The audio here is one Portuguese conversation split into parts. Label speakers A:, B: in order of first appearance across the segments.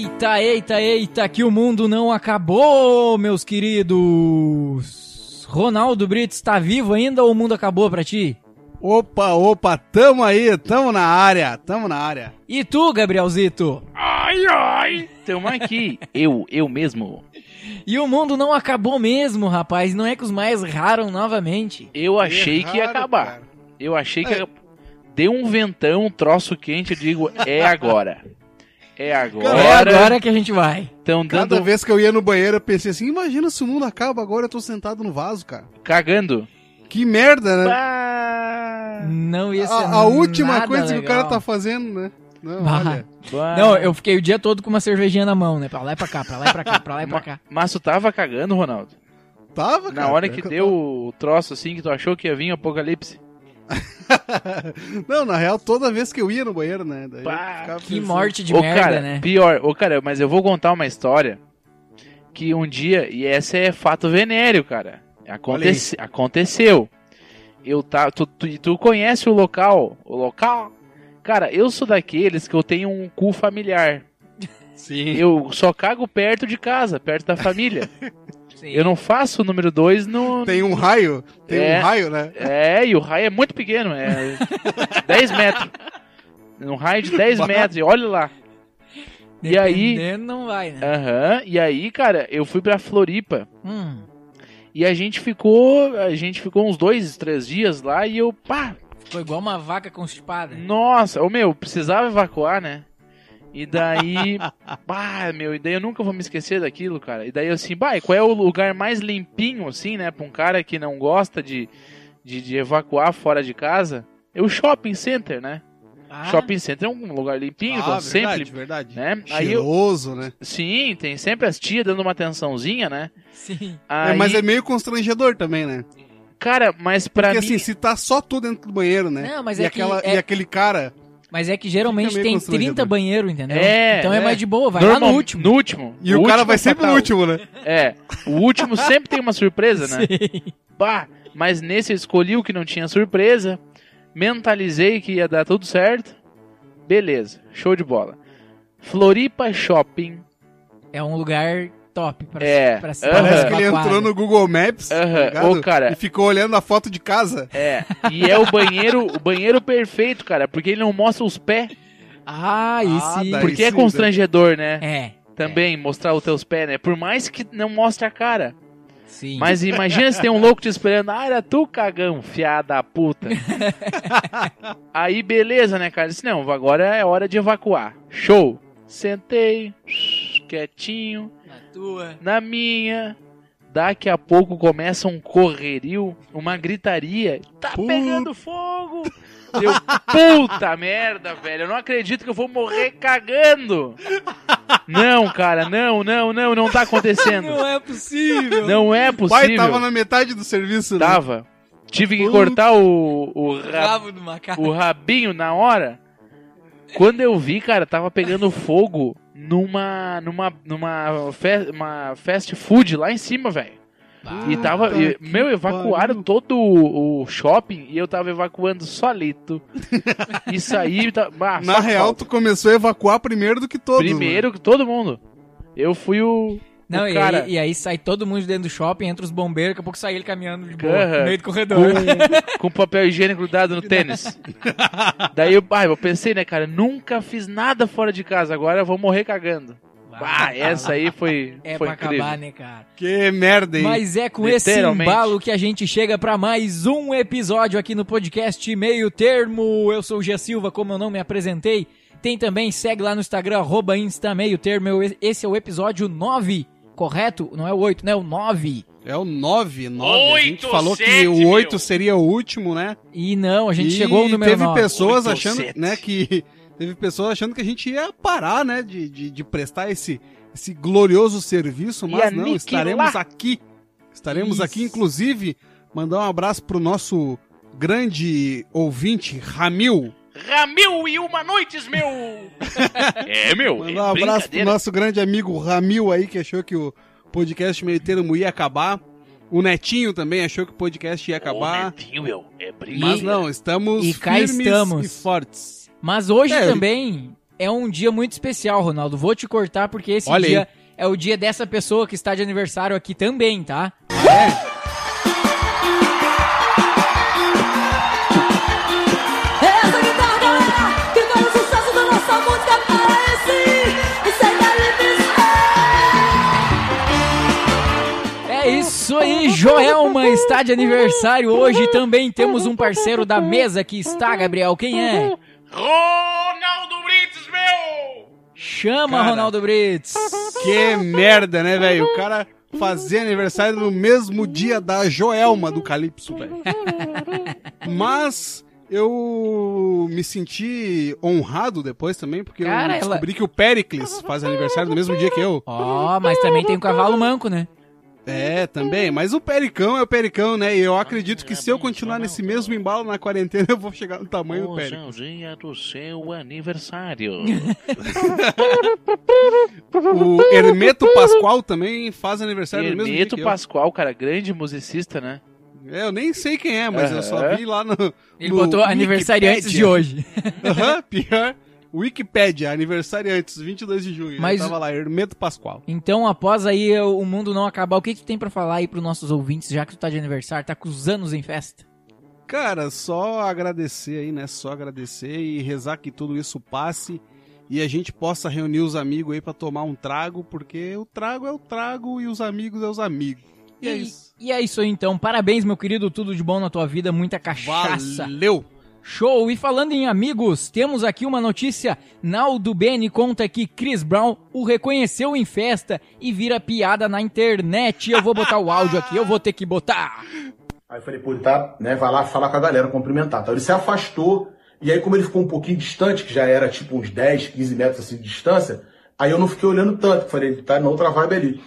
A: Eita, eita, que o mundo não acabou, meus queridos. Ronaldo Brito está vivo ainda ou o mundo acabou pra ti?
B: Opa, opa, tamo aí, tamo na área, tamo na área.
A: E tu, Gabrielzito?
C: Ai, ai! Tamo Então, aqui, eu, eu mesmo.
A: E o mundo não acabou mesmo, rapaz. Não é que os mais raram novamente.
C: Eu achei que ia
B: Erraram,
C: acabar.
B: cara.
C: Eu achei
A: É.
C: que ia... deu um ventão, um troço quente, eu digo, é agora. É agora.
A: É agora que a gente vai.
C: Tão
B: Cada
C: dando
B: vez que eu ia no banheiro, eu pensei assim, imagina se o mundo acaba agora, eu tô sentado no vaso, cara.
C: cagando.
B: Que merda, né?
C: Bah,
A: Não ia ser
C: é
B: A, a última
A: nada
B: coisa que o cara
A: legal.
B: tá fazendo, né? Não,
A: Bah.
B: olha.
C: bah.
A: Não, eu fiquei o dia todo com uma cervejinha na mão, né? Pra lá e pra cá, pra lá e pra cá, pra lá e pra cá.
C: Mas tu tava cagando, Ronaldo.
B: Tava, cara.
C: Na hora
B: pior
C: que
B: eu
C: deu o troço assim, que tu achou que ia vir o apocalipse.
B: tava. Não, na real, toda vez que eu ia no banheiro, né? Daí eu
C: Bah,
B: ficava
A: Que
B: pensando,
A: morte de
C: Ô,
A: merda,
C: cara,
A: né?
C: Pior, ô cara, mas eu vou contar uma história que um dia, e essa é fato venéreo, cara. Aconte- aconteceu. Eu tá, tu, tu, e tu conhece o local, o local? Cara, eu sou daqueles que eu tenho um cu familiar.
B: Sim.
C: Eu só cago perto de casa, perto da família. Eu não faço o número 2 no.
B: Tem um raio, tem
C: É.
B: um raio, né?
C: É, e o raio é muito pequeno, é 10 metros. Um raio de 10
B: Bah.
C: metros, e olha lá. E aí-
A: Dependendo, não vai, né?
C: Aham, e aí, cara, eu fui pra Floripa.
A: Hum.
C: E a gente ficou, a gente ficou uns dois, três dias lá e eu, pá,
A: Foi igual uma vaca constipada.
C: nossa, ô meu, precisava evacuar, né? E daí, pá, meu, e daí eu nunca vou me esquecer daquilo, cara. E daí eu assim, bah, e qual é o lugar mais limpinho, assim, né, pra um cara que não gosta de, de, de evacuar fora de casa? É o shopping center, né?
A: Ah,
C: Shopping center é um lugar limpinho, então
B: Ah,
C: sempre,
B: verdade, verdade.
C: né? Aí eu,
B: Cheiroso, né?
C: sim, tem sempre as tias dando uma atençãozinha, né?
A: Sim.
B: É,
C: Aí,
B: mas é meio constrangedor também, né?
C: cara, mas pra
B: Porque
C: mim...
B: assim, se tá só tu dentro do banheiro, né?
A: Não, mas
B: e,
A: é que-
B: aquela,
A: é-
B: e aquele cara.
A: Mas é que geralmente
B: Fica meio
A: tem
B: constrangedor.
A: 30 banheiros, entendeu?
C: É,
A: então é,
B: é.
A: mais de boa, vai lá
C: Normal-
A: no último.
C: No último.
B: E o, cara
C: último
B: vai
C: é
B: sempre no
C: fatal.
B: último, né?
C: É. O último sempre tem uma surpresa, né?
A: Sim.
C: Bah, mas nesse eu escolhi o que não tinha surpresa. Mentalizei que ia dar tudo certo. Beleza, show de bola. Floripa Shopping.
A: É um lugar top pra,
C: É.
A: pra se
C: Aham.
B: Parece que ele
A: evacuar,
B: entrou
A: né?
B: no Google Maps tá
C: Aham,
B: ligado?
C: ô, cara.
B: e ficou olhando a foto de casa.
C: É. E é o banheiro, o banheiro perfeito, cara, porque ele não mostra os pés.
A: Ah, e
B: Ah,
A: sim.
B: daí-
C: Porque é
B: sim,
C: constrangedor, né?
A: É,
C: Também mostrar os teus pés, né? Por mais que não mostre a cara.
A: sim.
C: Mas imagina se tem um louco te esperando. Ah, era tu, cagão, fiada da puta. Aí, beleza, né, cara? Eu Disse, não, agora é hora de evacuar. Show. Sentei, quietinho,
A: Na tua.
C: na minha. Daqui a pouco começa um correrio, uma gritaria. Tá
B: Puta.
C: pegando fogo! Eu, puta merda, velho. Eu não acredito que eu vou morrer cagando. Não, cara, não, não, não, não tá acontecendo.
A: Não é possível.
C: Não é
B: O
C: possível.
B: pai tava na metade do serviço, né?
C: Tava. Tive que
B: Puta.
C: cortar o, o, ra-
A: Rabo do macaco.
C: o rabinho na hora. Quando eu vi, cara, tava pegando fogo numa numa numa fe- uma fast food lá em cima, velho. E
B: Ah,
C: tava,
B: tá,
C: e-
B: que
C: meu, evacuaram todo o, o shopping e eu tava evacuando solito. Isso aí, tá, ah,
B: Na
C: só
B: real,
C: falta.
B: tu começou a evacuar primeiro do que todos. né?
C: primeiro que todo mundo. Eu fui o
A: Não,
C: o
A: e,
C: cara-
A: aí, e aí sai todo mundo de dentro do shopping, entra os bombeiros, daqui a pouco sai ele caminhando de boa,
C: Aham.
A: no meio do corredor.
C: com, com papel higiênico grudado no tênis. Daí eu, ah, eu pensei, né, cara, nunca fiz nada fora de casa, agora eu vou morrer cagando. Ah, essa aí foi,
A: É
C: foi
A: pra
C: incrível.
A: acabar, né, cara?
B: né? Que merda, hein?
A: Mas é com esse
C: Literalmente.
A: embalo que a gente chega pra mais um episódio aqui no podcast Meio Termo. Eu sou o Gia Silva, como eu não me apresentei. Tem também, segue lá no Instagram, arroba Insta Meio Termo. Eu- Esse é o episódio 9, correto? Não é o 8, né? O 9.
B: É o 9, 9. a gente
C: Oito,
B: falou que
C: sete,
B: o 8
C: meu.
B: seria o último, né?
A: E não, a gente
B: E
A: chegou ao número
B: teve
A: 9.
B: pessoas
C: Oito,
B: achando,
C: sete.
B: né, que teve pessoas achando que a gente ia parar, né, de, de, de prestar esse, esse glorioso serviço,
C: Ia
B: mas não,
C: aniquilar.
B: estaremos aqui. Estaremos
A: Isso.
B: aqui inclusive mandar um abraço pro nosso grande ouvinte Ramil.
C: Ramil e uma noites, meu! é, meu,
B: Mandar um
C: é
B: abraço pro
C: brincadeira.
B: nosso grande amigo Ramil aí que achou que o podcast meio termo ia acabar. O Netinho também achou que o podcast ia
C: Ô,
B: acabar.
C: netinho, meu, é brincadeira.
B: Mas não, estamos
A: e cá
B: firmes
A: estamos.
B: e fortes.
A: Mas hoje
B: É,
A: também é um dia muito especial, Ronaldo. Vou te cortar porque esse
B: Olha aí.
A: dia é o dia dessa pessoa que está de aniversário aqui também, tá?
D: Essa guitarra, galera, que faz o sucesso da nossa música paraense. Isso é da
A: É isso aí, Joelma está de aniversário hoje. Também temos um parceiro da mesa que está, Gabriel. Quem é?
C: Ronaldo Brits, meu!
A: Chama
B: Cara.
A: Ronaldo Brits.
B: Que merda, né, velho? O cara fazer aniversário no mesmo dia da Joelma do Calypso, velho. Mas eu me senti honrado depois também, porque
A: Cara,
B: eu
A: ela-
B: descobri que o Pericles faz aniversário no mesmo dia que eu.
A: Ó, mas também tem o cavalo manco, né?
B: É, também. Mas o Pericão é o Pericão, né? E eu acredito que se eu continuar nesse mesmo embalo na quarentena, eu vou chegar no tamanho do
C: Hoje é
B: Pericles.
C: o dia do seu aniversário.
B: O Hermeto Pascoal também faz aniversário no mesmo dia
C: Hermeto
B: que é? eu.
C: Pascoal, cara, grande musicista, né?
B: É, eu nem sei quem é, mas eu só
C: Aham.
B: vi lá no.
A: Ele
B: no
A: botou aniversariantes de
B: Wikipedia.
A: hoje.
B: Aham, pior. Wikipédia, aniversariantes, 22 de junho.
A: Mas-
B: Mas... Tava lá, Hermeto Pascoal.
A: Então, após aí eu- o mundo não acabar, o que que tu tem pra falar aí pros nossos ouvintes, já que tu tá de aniversário, tá com os anos em festa?
B: Cara, só agradecer aí, né? Só agradecer e rezar que tudo isso passe e a gente possa reunir os amigos aí pra tomar um trago, porque o trago é o trago e os amigos é os amigos. E é isso.
A: E é isso aí, então. Parabéns, meu querido. Tudo de bom na tua vida, muita cachaça.
B: Valeu!
A: Show! E falando em amigos, temos aqui uma notícia. Naldo Bene conta que Chris Brown o reconheceu em festa e vira piada na internet. Eu vou botar o áudio aqui, eu vou ter que botar.
E: Aí eu falei, pô, ele tá, né, vai lá falar com a galera, cumprimentar. Então ele se afastou, e aí como ele ficou um pouquinho distante, que já era tipo uns 10, 15 metros assim de distância, aí eu não fiquei olhando tanto, falei, ele tá na outra vibe ali.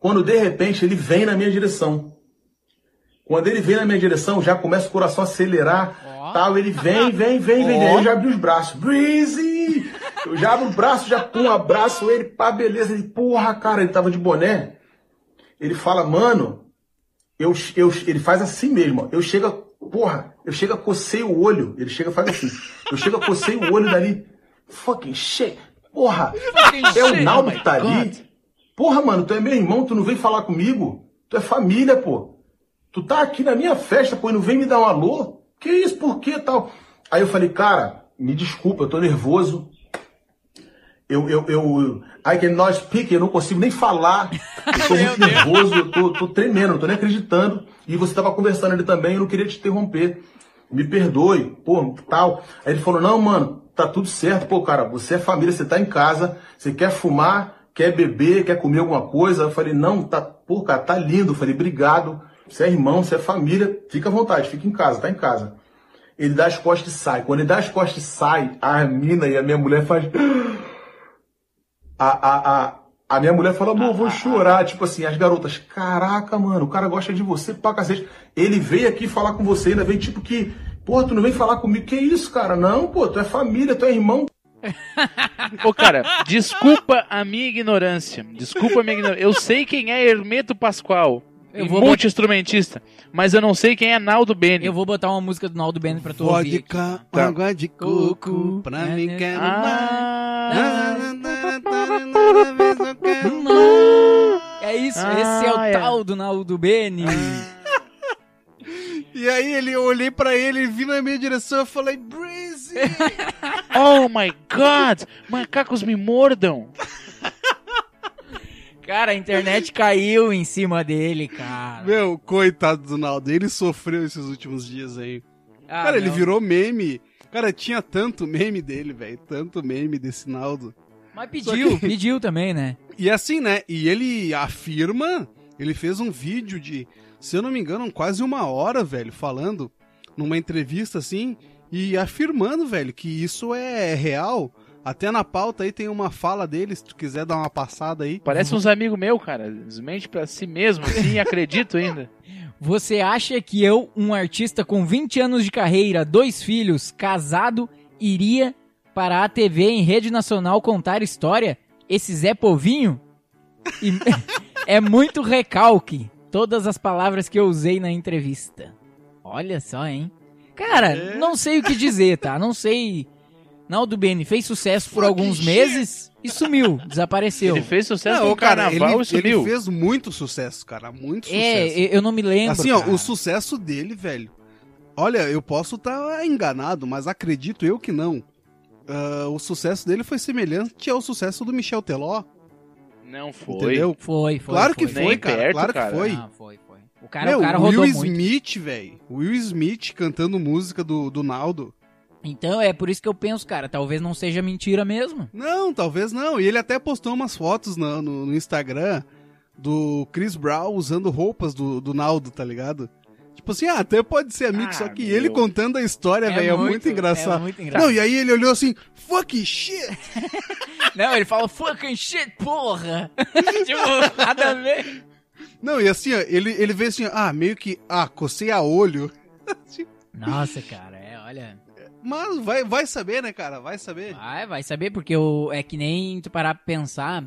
E: Quando de repente ele vem na minha direção. Quando ele vem na minha direção, já começa o coração a acelerar, tal, ele vem, vem, vem, vem, vem. Aí eu já abri os braços, Breezy! Eu já abro o braço, já pum, abraço ele, pá, beleza. Ele, porra, cara, ele tava de boné. Ele fala, mano, eu, eu, ele faz assim mesmo. ó. Eu chego, a- porra, eu chego a cocei o olho. Ele chega e faz assim. Eu chego a cocei o olho dali. Fucking shit. Porra, é
A: oh
E: o Naldo que tá ali. Porra, mano, tu é meu irmão, tu não vem falar comigo. Tu é família, pô. Tu tá aqui na minha festa, pô, e não vem me dar um alô? Que isso, por que tal? Aí eu falei, cara, me desculpa, eu tô nervoso. Eu, eu, eu, I cannot speak, eu não consigo nem falar. Eu tô muito nervoso, eu tô, tô tremendo, não tô nem acreditando. E você tava conversando ali também, eu não queria te interromper. Me perdoe, pô, tal. Aí ele falou, não, mano, tá tudo certo, pô, cara, você é família, você tá em casa, você quer fumar, quer beber, quer comer alguma coisa. Eu falei, não, tá, pô, cara, tá lindo. Eu falei, obrigado, você é irmão, você é família, fica à vontade, fica em casa, tá em casa. Ele dá as costas e sai. Quando ele dá as costas e sai, a mina e a minha mulher faz. A, a, a, a minha mulher fala, amor, eu vou chorar. Tipo assim, as garotas, caraca, mano, o cara gosta de você pra cacete. Ele veio aqui falar com você, ainda veio tipo que, pô, tu não vem falar comigo, que isso, cara? Não, pô, tu é família, tu é irmão.
C: Ô, cara, desculpa a minha ignorância. Desculpa a minha ignorância. Eu sei quem é Hermeto Pascoal.
A: Eu
C: Eu
A: vou-
C: multi-instrumentista, mas eu não sei quem é Naldo Bene.
A: Eu vou botar uma música do Naldo Bene pra tu ouvir. aqui. né,
B: Vodka,
C: Tá.
B: água de coco, pra mim quero mais.
C: Ah,
B: Ah.
A: É isso,
C: Ah,
A: esse é o
C: é.
A: tal do Naldo Bene.
B: E aí ele, eu olhei pra ele, ele vindo na minha direção, eu falei, Breezy!
C: oh my god! Macacos me mordam!
A: Cara, a internet caiu em cima dele, cara.
B: Meu, coitado do Naldo, ele sofreu esses últimos dias aí.
A: Ah,
B: cara, ele
A: não.
B: virou meme. Cara, tinha tanto meme dele, velho, tanto meme desse Naldo.
A: Mas pediu, pediu também, né?
B: E assim, né, e ele afirma, ele fez um vídeo de, se eu não me engano, quase uma hora, velho, falando numa entrevista assim, e afirmando, velho, que isso é real. Até na pauta aí tem uma fala dele, se tu quiser dar uma passada aí.
C: Parece uns amigos meus, cara. Eles mentem pra si mesmo, sim, acredito ainda.
A: Você acha que eu, um artista com 20 anos de carreira, dois filhos, casado, iria para a TV em rede nacional contar história? Esse Zé Povinho? E- é muito recalque. Todas as palavras que eu usei na entrevista. Olha só, hein? Cara,
B: É.
A: não sei o que dizer, tá? Não sei. Naldo Bene fez sucesso por
B: Fucking
A: alguns
B: shit.
A: meses e sumiu, desapareceu.
C: Ele fez sucesso
B: Não,
C: no carnaval
B: ele,
C: e sumiu.
B: ele fez muito sucesso, cara. Muito
A: é,
B: sucesso.
A: eu- eu não me lembro.
B: assim, ó,
A: cara.
B: o sucesso dele, velho. Olha, eu posso estar enganado, mas acredito eu que não. Ah, o sucesso dele foi semelhante ao sucesso do Michel Teló,
C: Não foi.
B: entendeu?
A: Foi, foi.
B: claro que
C: foi.
B: foi,
C: Nem
B: cara.
C: perto,
B: claro
C: cara.
B: que foi.
A: Ah, foi, foi. O cara,
B: Meu,
A: o cara
B: o
A: rodou
B: Will
A: muito.
B: Smith, velho. O Will Smith cantando música do, do Naldo.
A: Então é por isso que eu penso, cara, talvez não seja mentira mesmo.
B: Não, talvez não. E ele até postou umas fotos na- no, no Instagram do Chris Brown usando roupas do, do Naldo, tá ligado? Tipo assim, ah, até pode ser amigo,
C: Ah,
B: só que
C: meu.
B: ele contando a história, velho, é muito
A: É
B: engraçado.
A: muito engraçado.
B: Não, e aí ele olhou assim, fuck shit!
A: Não, ele fala fucking shit, porra. tipo, nada a ver.
B: Não, e assim, ó, ele, ele vê assim, ah, meio que, ah, cocei a olho.
A: Nossa, cara, é, olha.
B: Mas vai, vai saber, né, cara? Vai saber.
A: Vai, vai saber, porque o, é que nem tu parar pra pensar.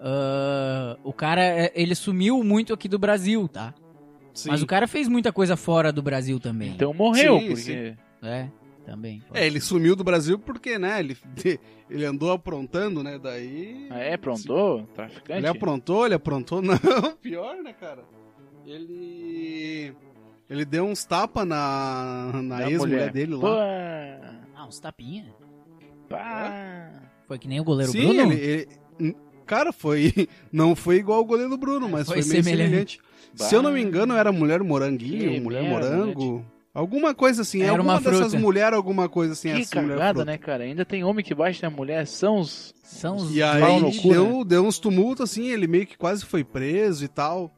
A: ah, o cara, é, ele sumiu muito aqui do Brasil, tá?
B: Sim.
A: Mas o cara fez muita coisa fora do Brasil também.
C: Então morreu,
B: Sim,
C: porque.
A: É, também. Foi.
B: É, ele sumiu do Brasil porque, né, ele, ele andou aprontando, né, daí...
C: Ah, é, aprontou? Traficante?
B: Ele é aprontou, ele aprontou, não. Pior, né, cara? Ele. Ele deu uns tapas na, na
C: Da
B: ex-mulher
C: mulher.
B: dele lá.
C: Pô,
A: Ah, uns tapinha.
C: pá.
A: Foi que nem o goleiro
B: Sim,
A: Bruno.
B: ele, ele- Cara, foi. Não foi igual o goleiro Bruno, mas
A: Foi
B: foi, meio
A: semelhante.
B: semelhante. Se eu não me engano, era mulher
C: Que
B: moranguinho, mulher
C: merda,
B: morango. Alguma coisa assim,
A: Era
B: alguma
A: uma fruta.
B: dessas mulheres, alguma coisa assim,
C: Que
B: essa mulher
C: cagada,
B: fruta.
C: né, cara? Ainda tem homem que bate na mulher, são os.
A: São os
B: E
C: Pau
B: aí
C: no cu,
B: deu, deu uns tumultos assim, ele meio que quase foi preso e tal.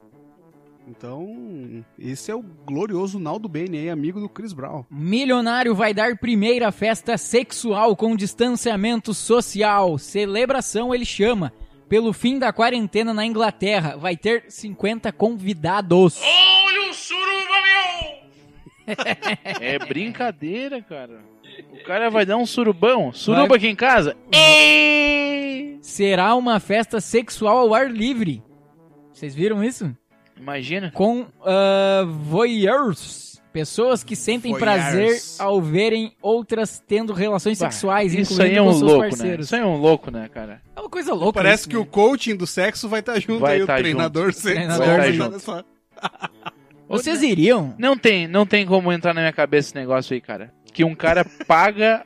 B: Então, esse é o glorioso Naldo Bene aí, amigo do Chris Brown.
A: Milionário vai dar primeira festa sexual com distanciamento social. Celebração ele chama. Pelo fim da quarentena na Inglaterra, vai ter 50 convidados.
C: É brincadeira, cara. O cara vai dar um surubão. Suruba aqui em casa. Ei!
A: Será uma festa sexual ao ar livre. Vocês viram isso?
C: Imagina.
A: Com ah, voyeurs, pessoas que sentem
B: Voyeurs.
A: prazer ao verem outras tendo relações
C: Bah,
A: sexuais,
C: Isso aí
A: incluindo
C: é um
A: com seus
C: louco, né?
A: parceiros.
C: Isso aí é um louco, né, cara?
A: É uma coisa louca.
B: Parece
A: isso,
B: que
A: né?
B: o coaching do sexo vai estar junto
C: Vai
B: aí,
C: tá
B: o treinador sexo.
A: Treinador
C: Vai tá
B: Olha
C: junto.
B: só.
A: Vocês iriam?
C: Não tem, não tem como entrar na minha cabeça esse negócio aí, cara. Que um cara paga.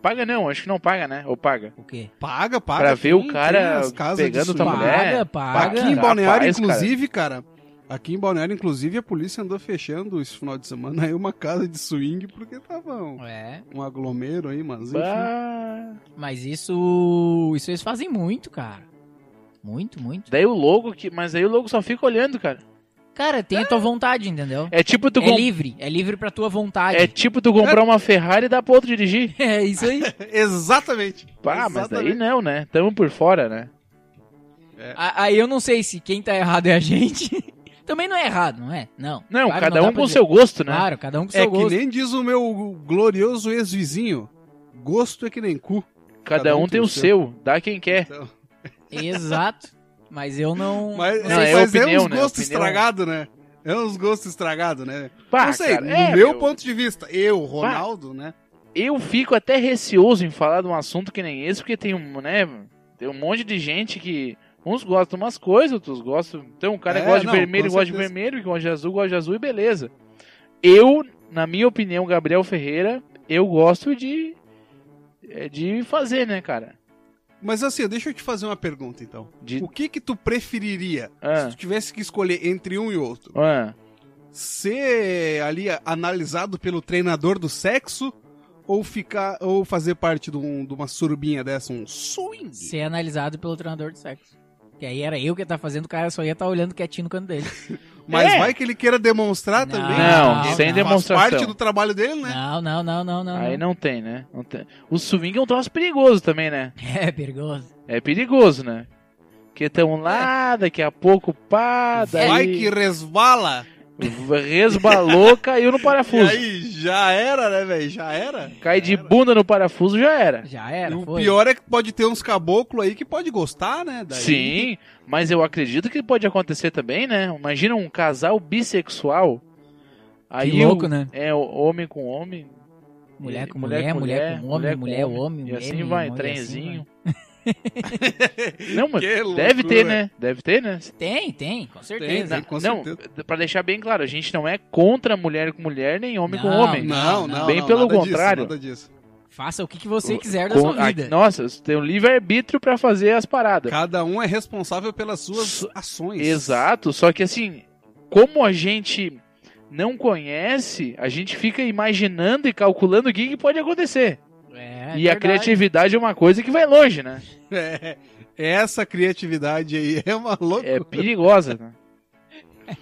C: Paga não, acho que não paga, né? Ou paga.
A: O quê?
B: Paga, paga.
C: Pra ver o
B: tem-
C: cara
B: tem as casas
C: pegando
B: disso
C: tua
B: aí.
C: mulher.
A: paga.
B: Aqui em
C: Rapaz,
B: Balneário,
C: cara.
B: inclusive, cara. Aqui em Balneário, inclusive, a polícia andou fechando esse final de semana aí uma casa de swing porque tava um,
A: É,
B: um aglomero aí, mas enfim.
C: Bah.
A: mas isso. Isso eles fazem muito, cara. Muito, muito.
C: Daí o logo que. Mas aí o logo só fica olhando, cara.
A: Cara, tem a tua vontade, entendeu?
C: É tipo tu,
A: É
C: com...
A: livre, é livre pra tua
C: é
A: vontade.
C: tipo tu comprar uma Ferrari e dar pra outro dirigir.
A: É, isso aí.
B: Exatamente.
C: Pá, mas daí
B: Exatamente.
C: não, né? Tamo por fora, né?
A: A- Aí eu não sei se quem tá errado é a gente. Também não é errado, não é? Não.
C: Não,
A: Claro,
C: cada
A: dá
C: um
A: pra
C: com
A: dizer.
C: seu gosto, né?
A: Claro, cada um com
B: É
A: seu
B: que
A: gosto.
B: nem diz o meu glorioso ex-vizinho. Gosto é que nem cu.
C: cada, um tem o seu. dá quem quer.
B: Então,
A: Exato. Mas eu não.
B: mas
C: Não, é
B: mas é,
C: opinião,
B: uns
C: né?
B: gostos
C: Opinião.
B: estragados, né? É uns gostos estragados, né?
C: Pá,
B: não sei,
C: cara,
B: no
C: é,
B: meu, ponto de vista, eu,
C: Pá.
B: Ronaldo, né?
C: Eu fico até receoso em falar de um assunto que nem esse, porque tem um, né? Tem um monte de gente que. Uns gostam de umas coisas, outros gostam. Então, um cara
B: É,
C: gosta
B: não,
C: de vermelho,
B: com
C: gosta de
B: certeza.
C: vermelho, que gosta de azul, gosta de azul e beleza. Eu, na minha opinião, Gabriel Ferreira, eu gosto de. é, De fazer, né, cara?
B: Mas assim, deixa eu te fazer uma pergunta, então.
C: De.
B: O que que tu preferiria
C: Ah.
B: se tu tivesse que escolher entre um e outro?
C: Ah,
B: Ser ali a- analisado pelo treinador do sexo ou ficar ou fazer parte de, um- de uma surubinha dessa, um swing?
A: Ser analisado pelo treinador de sexo. Que aí era eu que ia tá fazendo, o cara só ia estar olhando quietinho no canto dele.
B: Mas
C: É.
B: vai que ele queira demonstrar
A: Não,
B: também.
A: não,
B: Ele
A: sem
B: faz
C: demonstração.
B: parte do trabalho dele, né?
A: Não, não, não, não, não.
C: aí
A: não.
C: não tem, né? Não tem. O swing é um troço perigoso também, né?
A: É perigoso.
C: É perigoso, né? Porque tão lá, daqui a pouco, pá, daí
B: É. Vai que resbala.
C: resbalou, caiu no
B: E
C: parafuso.
B: aí já era, né, velho? Já era.
C: Cai de bunda no parafuso, já era.
A: Já
B: E
A: era.
B: o
A: foi.
B: pior é que pode ter uns caboclos aí que pode gostar, né? Daí...
C: Sim, mas eu acredito que pode acontecer também, né? Imagina um casal bissexual. Aí um
A: que louco,
C: o-
A: né?
C: É o homem com homem.
A: Mulher com
C: E
A: mulher, mulher com homem, mulher, homem,
C: E assim
A: mulher,
C: vai,
A: mulher,
C: trenzinho.
A: assim
C: Não, mas
B: Que loucura,
C: deve ter,
B: velho.
C: né? Deve ter, né?
A: Tem, tem, com certeza.
B: tem, com
C: não, pra deixar bem claro, a gente não é contra mulher com mulher, nem homem com
A: Não,
C: homem.
B: Não, não.
C: Bem
B: não,
C: pelo
B: nada disso,
C: contrário.
B: nada disso.
A: Faça o que, que você quiser da
C: Com-
A: sua
C: a-
A: vida.
C: nossa, você tem um livre-arbítrio pra fazer as paradas.
B: Cada um é responsável pelas suas ações.
C: Exato, só que assim, como a gente não conhece, a gente fica imaginando e calculando o que, que pode acontecer.
A: É,
C: e a
A: verdade.
C: criatividade é uma coisa que vai longe, né?
B: É, essa criatividade aí é uma louca.
C: É perigosa, né?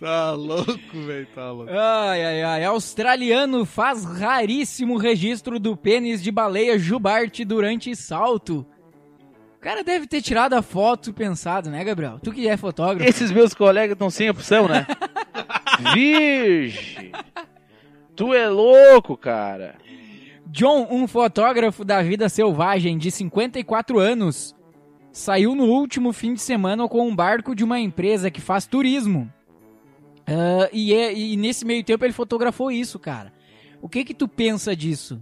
B: Tá louco, velho, tá louco.
A: Ai, ai, ai. Australiano faz raríssimo registro do pênis de baleia jubarte durante salto. O cara deve ter tirado a foto e pensado, né, Gabriel? Tu que é fotógrafo.
C: Esses meus colegas estão sem opção, né? Virgem! Tu é louco, cara!
A: John, um fotógrafo da vida selvagem de 54 anos, saiu no último fim de semana com um barco de uma empresa que faz turismo. Ah, e, é- e nesse meio tempo ele fotografou isso, cara. O que que tu pensa disso?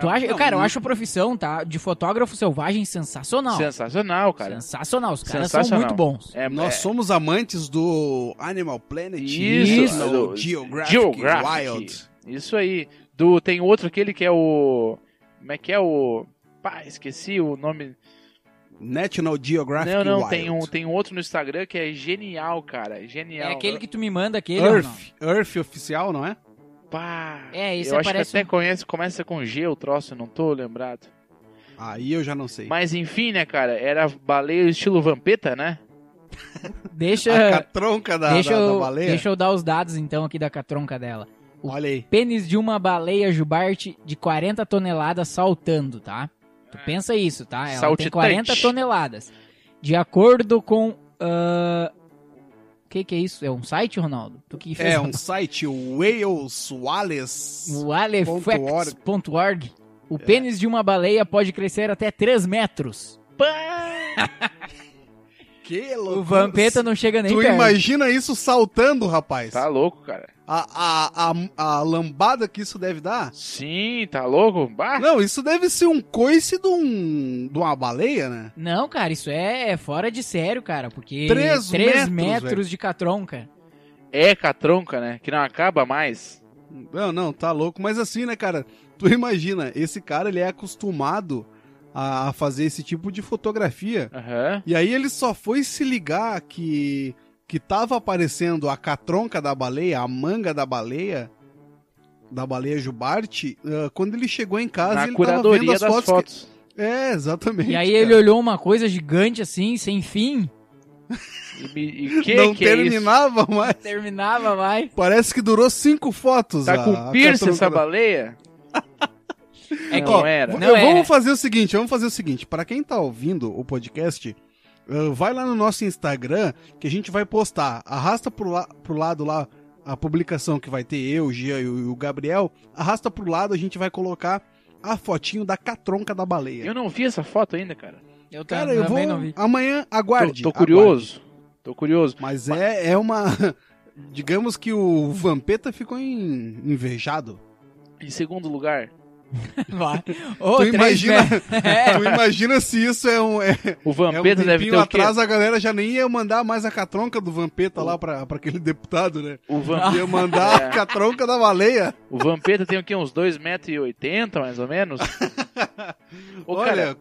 A: Tu acha,
B: É, não,
A: cara, eu
B: não-
A: acho a profissão, tá? De fotógrafo selvagem sensacional.
C: Sensacional, cara.
A: Sensacional, os caras
C: Sensacional.
A: são muito bons.
C: É,
B: Nós
C: é-
B: somos amantes do Animal Planet.
C: Isso,
B: do
C: do
B: Geographic,
C: Geographic.
B: Wild.
C: Isso aí. Do, tem outro aquele que é o. Como é que é o. Pá, esqueci o nome.
B: National Geographic
C: não, não,
B: Wild.
C: tem um tem outro no Instagram que é genial, cara. Genial.
A: É aquele que tu me manda, aquele. ou não?
B: Earth, Earth oficial, não é?
C: Pá,
A: É, esse
C: eu acho que
A: aparece
C: até
A: um-
C: conhece, começa com G o troço, eu não tô lembrado.
B: Aí eu já não sei.
C: Mas enfim, né, cara? Era baleia estilo Vampeta, né? eh,
B: A
A: Deixa,
B: catronca da,
A: deixa,
B: da, da
A: eu,
B: baleia.
A: deixa eu dar os dados então aqui da catronca dela.
B: Olha aí.
A: pênis de uma baleia jubarte de 40 toneladas saltando, tá? Tu
B: É.
A: pensa isso, tá? Ela tem
C: Saltitante.
A: 40 toneladas. De acordo com. ah, O que, que é isso? É um site, Ronaldo? Tu que fez
B: É um site Wales Wallace.
A: o alefacts.org.
B: É.
A: O pênis de uma baleia pode crescer até 3 metros.
C: Pá!
B: Que loucura.
A: O Vampeta não chega nem
B: Tu
A: perto.
B: imagina isso saltando, rapaz?
C: Tá louco, cara.
B: A, a, a, a lambada que isso deve dar?
C: Sim, tá louco? Bah!
B: Não, isso deve ser um coice de, um, de uma baleia, né?
A: Não, cara, isso é fora de sério, cara, porque
B: Três
A: 3
B: metros,
A: metros,
B: velho.
A: de catronca.
C: É catronca, né? Que não acaba mais.
B: Não, não, tá louco. Mas assim, né, cara? Tu imagina, esse cara, ele é acostumado a a fazer esse tipo de fotografia.
C: Aham.
B: E aí ele só foi se ligar que, que tava aparecendo a catronca da baleia, a manga da baleia, da baleia jubarte, ah, quando ele chegou em casa
C: Na
B: ele tava vendo
C: curadoria
B: as
C: das
B: fotos. que-
C: fotos.
B: É, exatamente.
A: E aí ele olhou uma coisa gigante assim, sem fim,
C: E, me- e que
B: cara. não
C: que é isso?
B: terminava mais.
A: terminava, vai.
B: Parece que durou cinco fotos.
C: Tá
B: a-
C: com
B: a
C: piercing essa
B: catronca da-
C: baleia?
A: É
C: Não
A: que-
C: era.
A: Não
B: Eu-
A: é.
B: Vamos fazer o seguinte, vamos fazer o seguinte. Para quem tá ouvindo o podcast, uh, vai lá no nosso Instagram que a gente vai postar. Arrasta pro, la pro lado lá a publicação que vai ter eu, o Gia e o e o Gabriel. Arrasta pro lado, a gente vai colocar a fotinho da catronca da baleia.
C: Eu não vi essa foto ainda, cara.
A: Eu ta-
B: Cara, eu vou
A: também não vi.
B: amanhã, aguarde.
C: tô, tô
B: aguarde.
C: curioso. Tô curioso.
B: Mas é, é uma... Digamos que o Vampeta ficou em- invejado.
C: Em segundo lugar,
A: Vai. Ô,
B: tu
A: três
B: imagina,
A: metros. É.
B: tu imagina se isso é um, é-
C: o
B: é um
C: Vampeta
B: tempinho
C: deve ter o quê?
B: atrás a galera já nem ia mandar mais a catronca do Vampeta lá pra, pra aquele deputado, né?
C: O, Vam-
B: Ia mandar
C: É.
B: a catronca da baleia.
C: o Vampeta tem o quê? Uns 2,80m, mais ou menos? Ô,
B: Olha,
C: cara,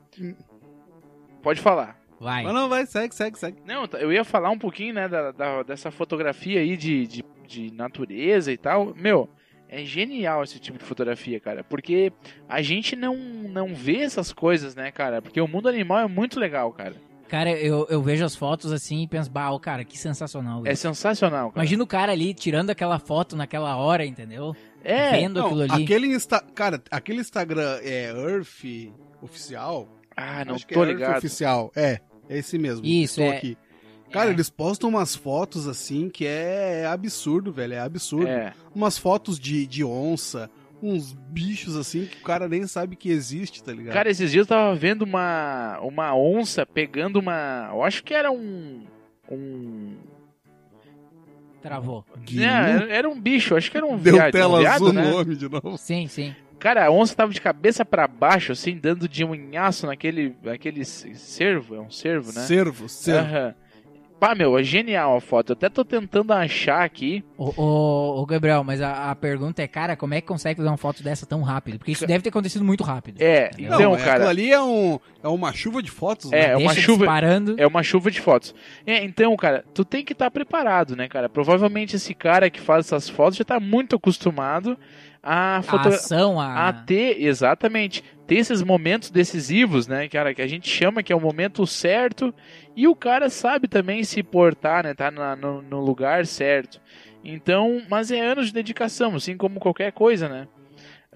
C: pode falar.
A: Vai.
B: mas não, vai, segue, segue, segue.
C: Não, t- eu ia falar um pouquinho, né, da, da- dessa fotografia aí de, de, de natureza e tal. Meu, é genial esse tipo de fotografia, cara. Porque a gente não, não vê essas coisas, né, cara? Porque o mundo animal é muito legal, cara. É
A: Cara, eu, eu vejo as fotos assim e penso, bah, ô, cara, que sensacional.
C: É
A: isso."
C: sensacional, cara.
A: Imagina o cara ali tirando aquela foto naquela hora, entendeu?
C: É,
A: Vendo aquilo
B: Não,
A: ali.
B: aquele Insta, cara, aquele Instagram é Earth oficial.
C: ah, não
B: Acho que
C: tô
B: é Earth
C: ligado.
B: oficial. É, é esse mesmo.
A: Isso,
B: Estou
A: é.
B: aqui. Cara,
A: É.
B: eles postam umas fotos assim que é absurdo, velho. É absurdo.
C: É,
B: Umas fotos de, de onça, uns bichos assim que o cara nem sabe que existe, tá ligado?
C: Cara, esses dias eu tava vendo uma, uma onça pegando uma. Eu acho que era um. Um.
A: Travou.
B: Guinu?
C: Não, era- era um bicho, acho que era um
B: Deu
C: viado. um
A: É.
B: tela
C: viado,
B: azul
C: né?
B: no nome de novo.
A: Sim, sim.
C: Cara, a onça tava de cabeça pra baixo, assim, dando de unhaço naquele, naquele c- cervo, é um cervo, né?
B: Servo, servo.
C: Aham. Pá, meu, é genial a foto. Eu até tô tentando achar aqui.
A: Ô, ô, ô, Gabriel, mas a, a pergunta é, cara, como é que consegue fazer uma foto dessa tão rápido? Porque isso deve ter acontecido muito rápido.
C: É,
A: Não,
B: Não,
C: então,
B: é, aquilo
C: cara,
B: ali é, um, é uma chuva de fotos, né?
C: é uma
A: Deixa
C: chuva.
A: disparando.
C: É uma chuva de fotos. É, então, cara, tu tem que estar preparado, né, cara? Provavelmente esse cara que faz essas fotos já tá muito acostumado a
A: a
C: fotografar.
A: ação, a...
C: a ter, exatamente, ter esses momentos decisivos, né, cara, que a gente chama que é o momento certo e o cara sabe também se portar, né, tá na- no, no lugar certo. Então, mas é anos de dedicação, assim como qualquer coisa, né.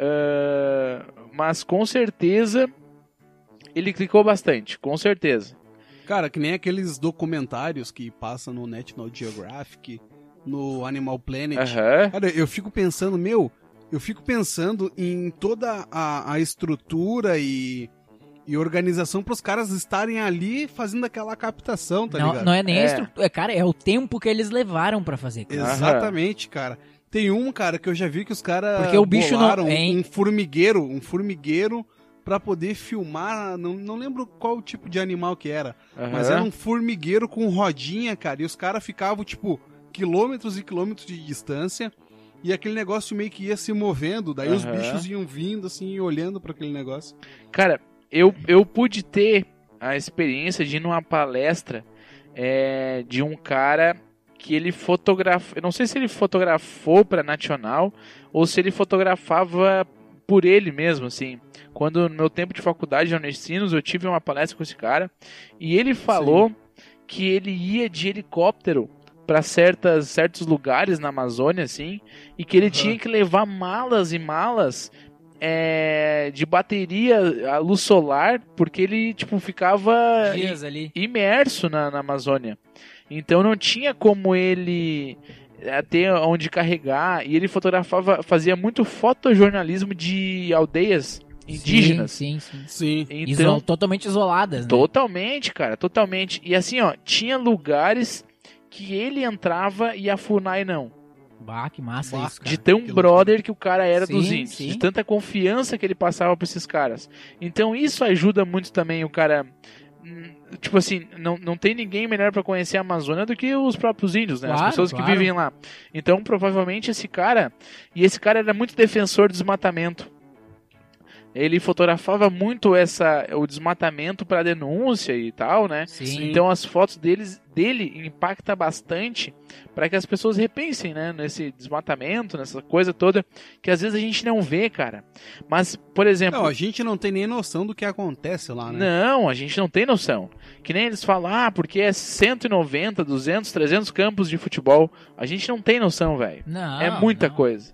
C: Ah, mas com certeza ele clicou bastante, com certeza.
B: Cara, que nem aqueles documentários que passam no National Geographic, no Animal Planet.
C: Aham.
B: Cara, eu fico pensando, meu, eu fico pensando em toda a, a estrutura e, e organização pros caras estarem ali fazendo aquela captação, tá
A: não,
B: ligado?
A: não é nem
C: É.
A: a estrutura, cara, é o tempo que eles levaram pra fazer. cara.
B: Exatamente, cara. Tem um, cara, que eu já vi que os caras
A: Porque o bicho não-
B: bolaram
A: hein?
B: um formigueiro, um formigueiro pra poder filmar, não, não lembro qual tipo de animal que era, mas
C: aham.
B: era um formigueiro com rodinha, cara, e os caras ficavam, tipo, quilômetros e quilômetros de distância, e aquele negócio meio que ia se movendo, daí os
C: Aham.
B: bichos iam vindo, assim, e olhando pra aquele negócio.
C: Cara, eu, eu pude ter a experiência de ir numa palestra é, de um cara que ele fotografou. Eu não sei se ele fotografou pra Nacional ou se ele fotografava por ele mesmo, assim. Quando no meu tempo de faculdade de Unicinos, eu tive uma palestra com esse cara e ele falou que ele ia de helicóptero para certas certos lugares na Amazônia, assim, e que ele tinha que levar malas e malas é, de bateria a luz solar, porque ele tipo ficava
A: Dias ali.
C: imerso na, na Amazônia. Então não tinha como ele eh, ter onde carregar. E ele fotografava, fazia muito fotojornalismo de aldeias indígenas.
A: Sim, sim, sim.
B: Sim.
A: Isol-
C: Então,
A: totalmente isoladas, né?
C: totalmente, cara, totalmente. E assim, ó, tinha lugares que ele entrava e a FUNAI não.
A: Bah, que massa
B: Bah,
A: isso, cara.
C: De tão
B: que
C: brother que o cara era
A: Sim,
C: dos índios.
A: sim.
C: De tanta confiança que ele passava pra esses caras. Então isso ajuda muito também o cara. hum, Tipo assim, não, não tem ninguém melhor pra conhecer a Amazônia do que os próprios índios, né?
A: Claro,
C: As pessoas
A: claro.
C: que vivem lá. Então, provavelmente, esse cara. E esse cara era muito defensor do desmatamento. Ele fotografava muito essa o desmatamento pra denúncia e tal, né?
A: Sim.
C: Então as fotos deles, dele impacta bastante para que as pessoas repensem, né, nesse desmatamento, nessa coisa toda que às vezes a gente não vê, cara. Mas, por exemplo,
B: Não, a gente não tem nem noção do que acontece lá, né?
C: não, a gente não tem noção. Que nem eles falam, ah, porque é 190, 200, 300 campos de futebol. A gente não tem noção, velho.
A: Não,
C: É muita
A: Ah, não.
C: coisa.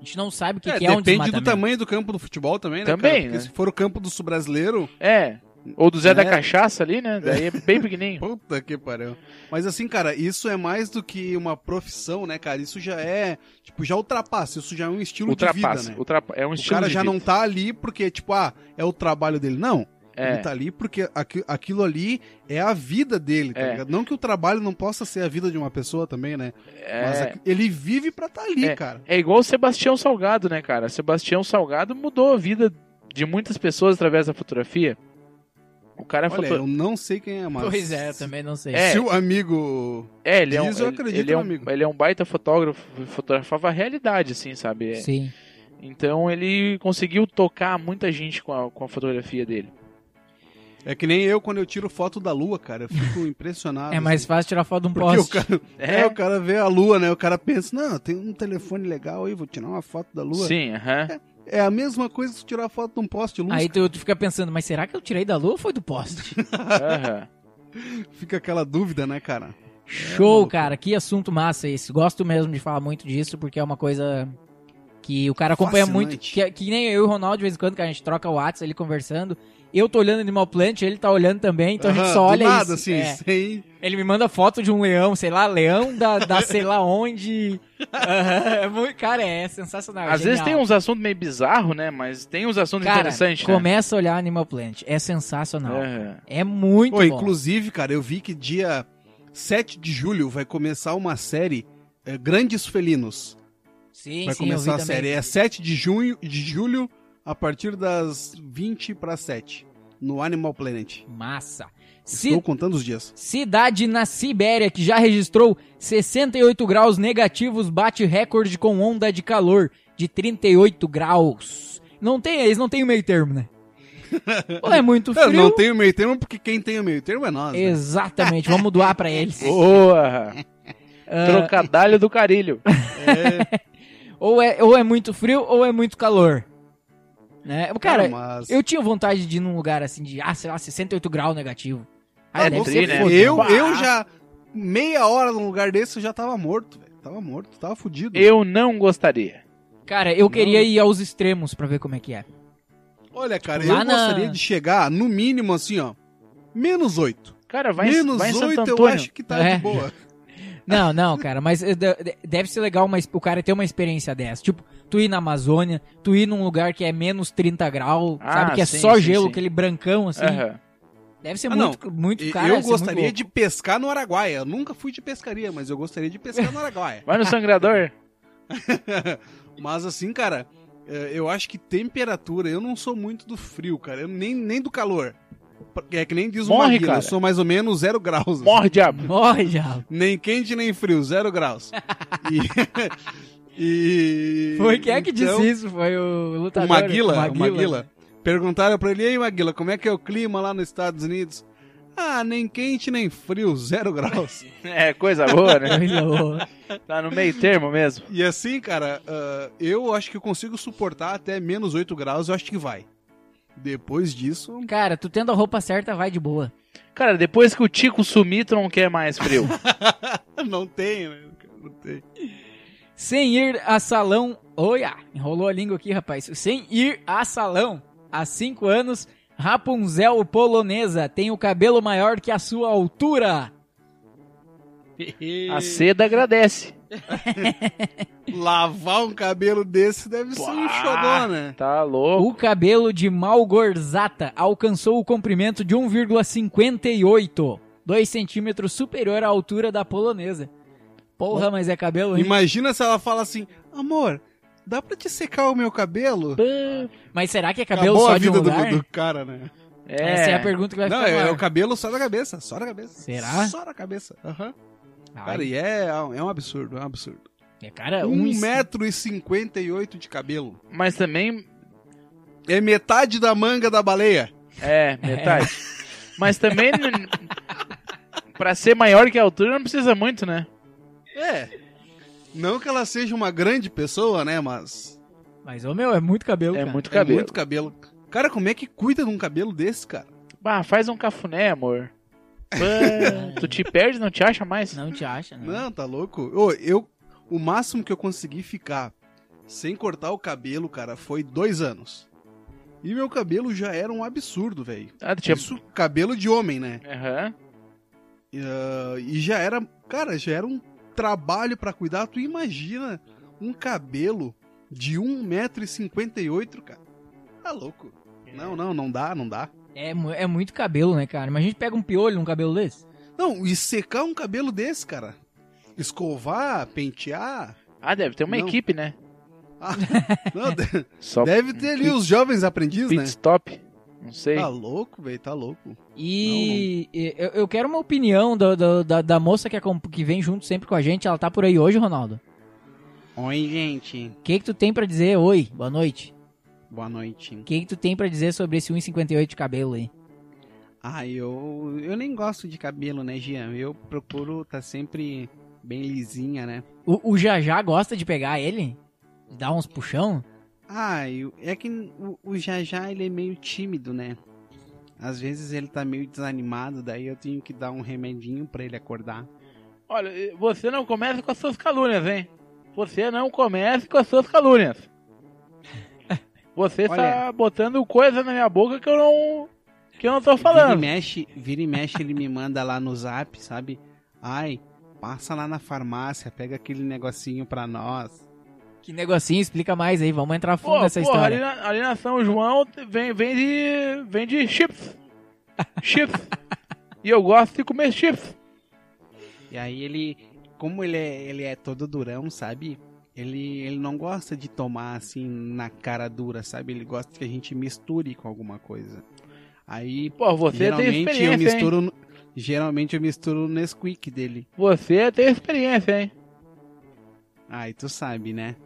A: A gente não sabe o que
B: é,
A: é, que é um
B: depende do
A: desmatamento.
B: tamanho do campo do futebol também, né,
C: Também,
B: cara? Porque
C: né?
B: se for o campo do sul brasileiro,
C: É. Ou do Zé da
B: É.
C: Cachaça ali, né? Daí é bem pequenininho.
B: Puta que pariu. Mas assim, cara, isso é mais do que uma profissão, né, cara? Isso já é, tipo, já ultrapassa, isso já é um estilo de
C: Ultrapassa.
B: vida, né?
C: ultrapa- É um
B: O
C: estilo
B: cara
C: de
B: já
C: vida.
B: não tá ali porque, tipo, ah, é o trabalho dele. Não,
C: É.
B: ele tá ali porque aqui- aquilo ali é a vida dele, tá
C: É.
B: ligado? Não que o trabalho não possa ser a vida de uma pessoa também, né?
C: é...
B: Mas aqui- ele vive pra tá ali, cara.
C: É igual o Sebastião Salgado, né, cara? Sebastião Salgado mudou a vida de muitas pessoas através da fotografia. O cara é
B: Olha,
C: foto-
B: eu não sei quem é, mas...
A: Pois é, eu também não sei.
C: É.
B: Se o amigo...
C: É, ele é um,
B: Diz, eu
C: ele-
B: acredito,
C: ele é um,
B: meu amigo.
C: ele é um baita fotógrafo, fotografava a realidade, assim, sabe? É.
A: Sim.
C: Então ele conseguiu tocar muita gente com a, com a fotografia dele.
B: É que nem eu quando eu tiro foto da lua, cara. Eu fico impressionado. assim.
A: É mais fácil tirar foto de um
B: Ah, Porque o
A: poste.
B: cara, é. o cara vê a lua, né? O cara pensa, não, tem um telefone legal aí, vou tirar uma foto da lua.
C: Sim, aham.
B: É a mesma coisa que tirar foto de um poste de luz.
A: Aí tu, tu fica pensando, mas será que eu tirei da lua ou foi do poste?
C: aham.
B: Fica aquela dúvida, né, cara?
A: Show,
B: É maluco.
A: cara. Que assunto massa esse. Gosto mesmo de falar muito disso, porque é uma coisa que o cara acompanha
B: Fascinante.
A: muito. Que, é, que nem eu e o Ronaldo, de vez em quando, que a gente troca o WhatsApp ali conversando. Eu tô olhando Animal Planet, ele tá olhando também, então a gente
B: Aham,
A: só
B: do
A: olha
B: nada,
A: isso.
B: assim,
A: É.
B: sem...
A: Ele me manda foto de um leão, sei lá, leão da, da sei lá onde. Aham, é muito, cara, é sensacional.
C: Às vezes
A: genial.
C: tem uns assuntos meio bizarros, né? Mas tem uns assuntos
A: Cara,
C: interessantes, né?
A: começa a olhar Animal Planet. É sensacional.
C: Aham.
A: É muito
B: Pô,
A: bom.
B: inclusive, cara, eu vi que dia 7 de julho vai começar uma série é, Grandes Felinos.
A: Sim,
B: Vai
A: sim, eu vi
B: começar a
A: também.
B: série. É 7 de junho, de julho, a partir das 20 para 7, no Animal Planet.
A: Massa.
B: Estou
A: Ci-
B: contando os dias.
A: Cidade na Sibéria, que já registrou 68 graus negativos, bate recorde com onda de calor de 38 graus. Não tem, eles não tem o meio termo, né? Ou é muito
B: Eu
A: frio.
B: não tenho meio termo, porque quem tem o meio termo é nós. né?
A: Exatamente, vamos doar pra eles.
C: Boa!
A: Ah,
C: Trocadalho do carilho.
A: Ou é, ou é muito frio ou é muito calor. Né? Cara,
B: mas...
A: eu tinha vontade de ir num lugar assim de, ah, sei lá, 68 graus negativo. Ah,
C: É,
A: deve
C: você
A: ser
C: né?
A: foda.
B: Eu,
A: Bah.
B: eu já, meia hora num lugar desse, eu já tava morto, velho. Tava morto, tava fudido.
C: Eu não gostaria.
A: Cara, eu queria ir aos extremos pra ver como é que é.
B: Olha, cara,
A: Lá
B: eu
A: na-
B: gostaria de chegar, no mínimo, assim, ó, menos 8.
C: Cara, vai, em
B: menos
C: vai em Santo
B: 8 eu
C: Antônio.
B: acho que tá
A: É.
B: de boa.
A: Não, não, cara, mas eh, de- de- deve ser legal mas o cara ter uma experiência dessa. Tipo, tu ir na Amazônia, tu ir num lugar que é menos 30 graus,
C: Ah,
A: sabe? Que é
C: sim,
A: só
C: sim,
A: gelo,
C: sim.
A: aquele brancão assim.
C: Aham.
A: Deve ser
B: Ah,
A: muito, muito
B: E
A: cara.
B: eu
A: deve ser
B: gostaria
A: muito
B: de pescar no Araguaia. Eu nunca fui de pescaria, mas eu gostaria de pescar no Araguaia.
C: Vai no sangrador.
B: mas assim, cara, eh, eu acho que temperatura, eu não sou muito do frio, cara. Eu nem, nem do calor. É que nem diz o
C: Morre,
B: Maguila,
C: cara.
B: eu sou mais ou menos zero graus. assim.
C: Morre, diabo.
A: louco. Morre já.
B: Nem quente, nem frio, zero graus. E... e-
A: Foi quem é que disse
B: então,
A: isso? tá Foi o lutador.
B: O Maguila,
A: o
B: o Maguila. Perguntaram pra ele, e aí Maguila, como é que é o clima lá nos Estados Unidos? Ah, nem quente, nem frio, zero graus.
C: É, coisa boa, né?
A: Coisa boa.
C: Tá no meio termo mesmo.
B: e assim, cara, ah, eu acho que eu consigo suportar até menos 8 graus, eu acho que vai. Depois disso...
A: Cara, tu tendo a roupa certa, vai de boa.
C: Cara, depois que o Tico sumir, tu não quer mais frio.
B: não tem, né? Não tem.
A: Sem ir a salão. Olha, enrolou a língua aqui, rapaz. Sem ir a salão. Há cinco anos, Rapunzel polonesa tem o cabelo maior que a sua altura.
C: A seda agradece.
B: Lavar um cabelo desse deve ser um xodó, né?
C: Tá louco.
A: O cabelo de Malgorzata alcançou o comprimento de 1,58, 2 centímetros superior à altura da polonesa. Porra, mas é cabelo, hein?
B: Imagina se ela fala assim, amor, dá pra te secar o meu cabelo?
A: Mas será que é cabelo
B: Acabou
A: só
B: a
A: de um
B: vida do-
A: lugar?
B: do, cara, né?
A: Essa é a pergunta que vai
B: Não,
A: ficar no
B: é, é
A: ar.
B: o cabelo só da cabeça, só da cabeça.
A: Será?
B: Só da cabeça. Aham.
A: Ai,
B: Cara, e é, é um absurdo, é um absurdo.
A: é, cara, um,
B: 1,58m de cabelo.
C: Mas também.
B: É metade da manga da baleia.
C: É, metade. Mas também. n- pra ser maior que a altura, não precisa muito, né?
B: É. Não que ela seja uma grande pessoa, né? Mas.
A: Mas, ô meu, é muito cabelo,
C: É
A: cara.
C: muito
B: É
C: cabelo.
B: muito cabelo. Cara, como é que cuida de um cabelo desse, cara?
C: Bah, faz um cafuné, amor. Bah, tu te perde, não te acha mais?
A: Não te acha,
C: É.
A: né?
B: Não, tá louco? Ô, eu. O máximo que eu consegui ficar sem cortar o cabelo, cara, foi dois anos. E meu cabelo já era um absurdo, velho.
C: Ah, tu tinha...
B: Isso, cabelo de homem, né?
C: Aham.
B: Ah, e já era, cara, já era um trabalho pra cuidar. Tu imagina um cabelo de 1,58m, cara. Tá louco.
C: É.
B: Não, não, não dá, não dá.
A: É, mu- é muito cabelo, né, cara? Mas a gente pega um piolho num cabelo desse?
B: Não, e secar um cabelo desse, cara. Escovar, pentear.
C: Ah, deve ter uma
B: Não.
C: equipe, né?
B: Ah, não, de-
C: Só
B: deve ter ali os jovens aprendizes,
C: pit
B: né?
C: stop. Não sei.
B: Tá louco, velho, tá louco.
A: E e- eu, eu quero uma opinião do- do- da, da moça que, acom- que vem junto sempre com a gente. Ela tá por aí hoje, Ronaldo.
B: Oi, gente.
A: O que, que tu tem pra dizer? Oi, boa noite.
B: Boa noite.
A: O que, que tu tem pra dizer sobre esse 1,58 de cabelo aí?
B: Ah, eu, eu nem gosto de cabelo, né, Gian? Eu procuro tá sempre bem lisinha, né?
A: O, o Jajá gosta de pegar ele? Dar uns puxão?
B: Ah, eu- é que o, o Jajá ele é meio tímido, né? Às vezes ele tá meio desanimado, daí eu tenho que dar um remedinho pra ele acordar.
C: Olha, você não começa com as suas calúnias, hein? Você não começa com as suas calúnias. Você tá botando coisa na minha boca que eu não. que eu não tô
F: Vira e
C: falando.
F: mexe, vira e mexe, ele me manda lá no zap, sabe? Ai, passa lá na farmácia, pega aquele negocinho pra nós.
A: Que negocinho, explica mais aí. Vamos entrar fundo
C: Pô,
A: nessa
C: porra, ali
A: história.
C: na, ali na São João vem, vem de. vem de chips. Chips. e eu gosto de comer chips.
F: E aí ele, como ele é, ele é todo durão, sabe? Ele, ele não gosta de tomar assim na cara dura, sabe? Ele gosta que a gente misture com alguma coisa. Aí,
C: Pô, você tem
F: geralmente eu
C: experiência, hein?
F: misturo. no- Geralmente eu misturo o Nesquik dele.
C: Você tem experiência, hein?
F: Aí tu sabe, né?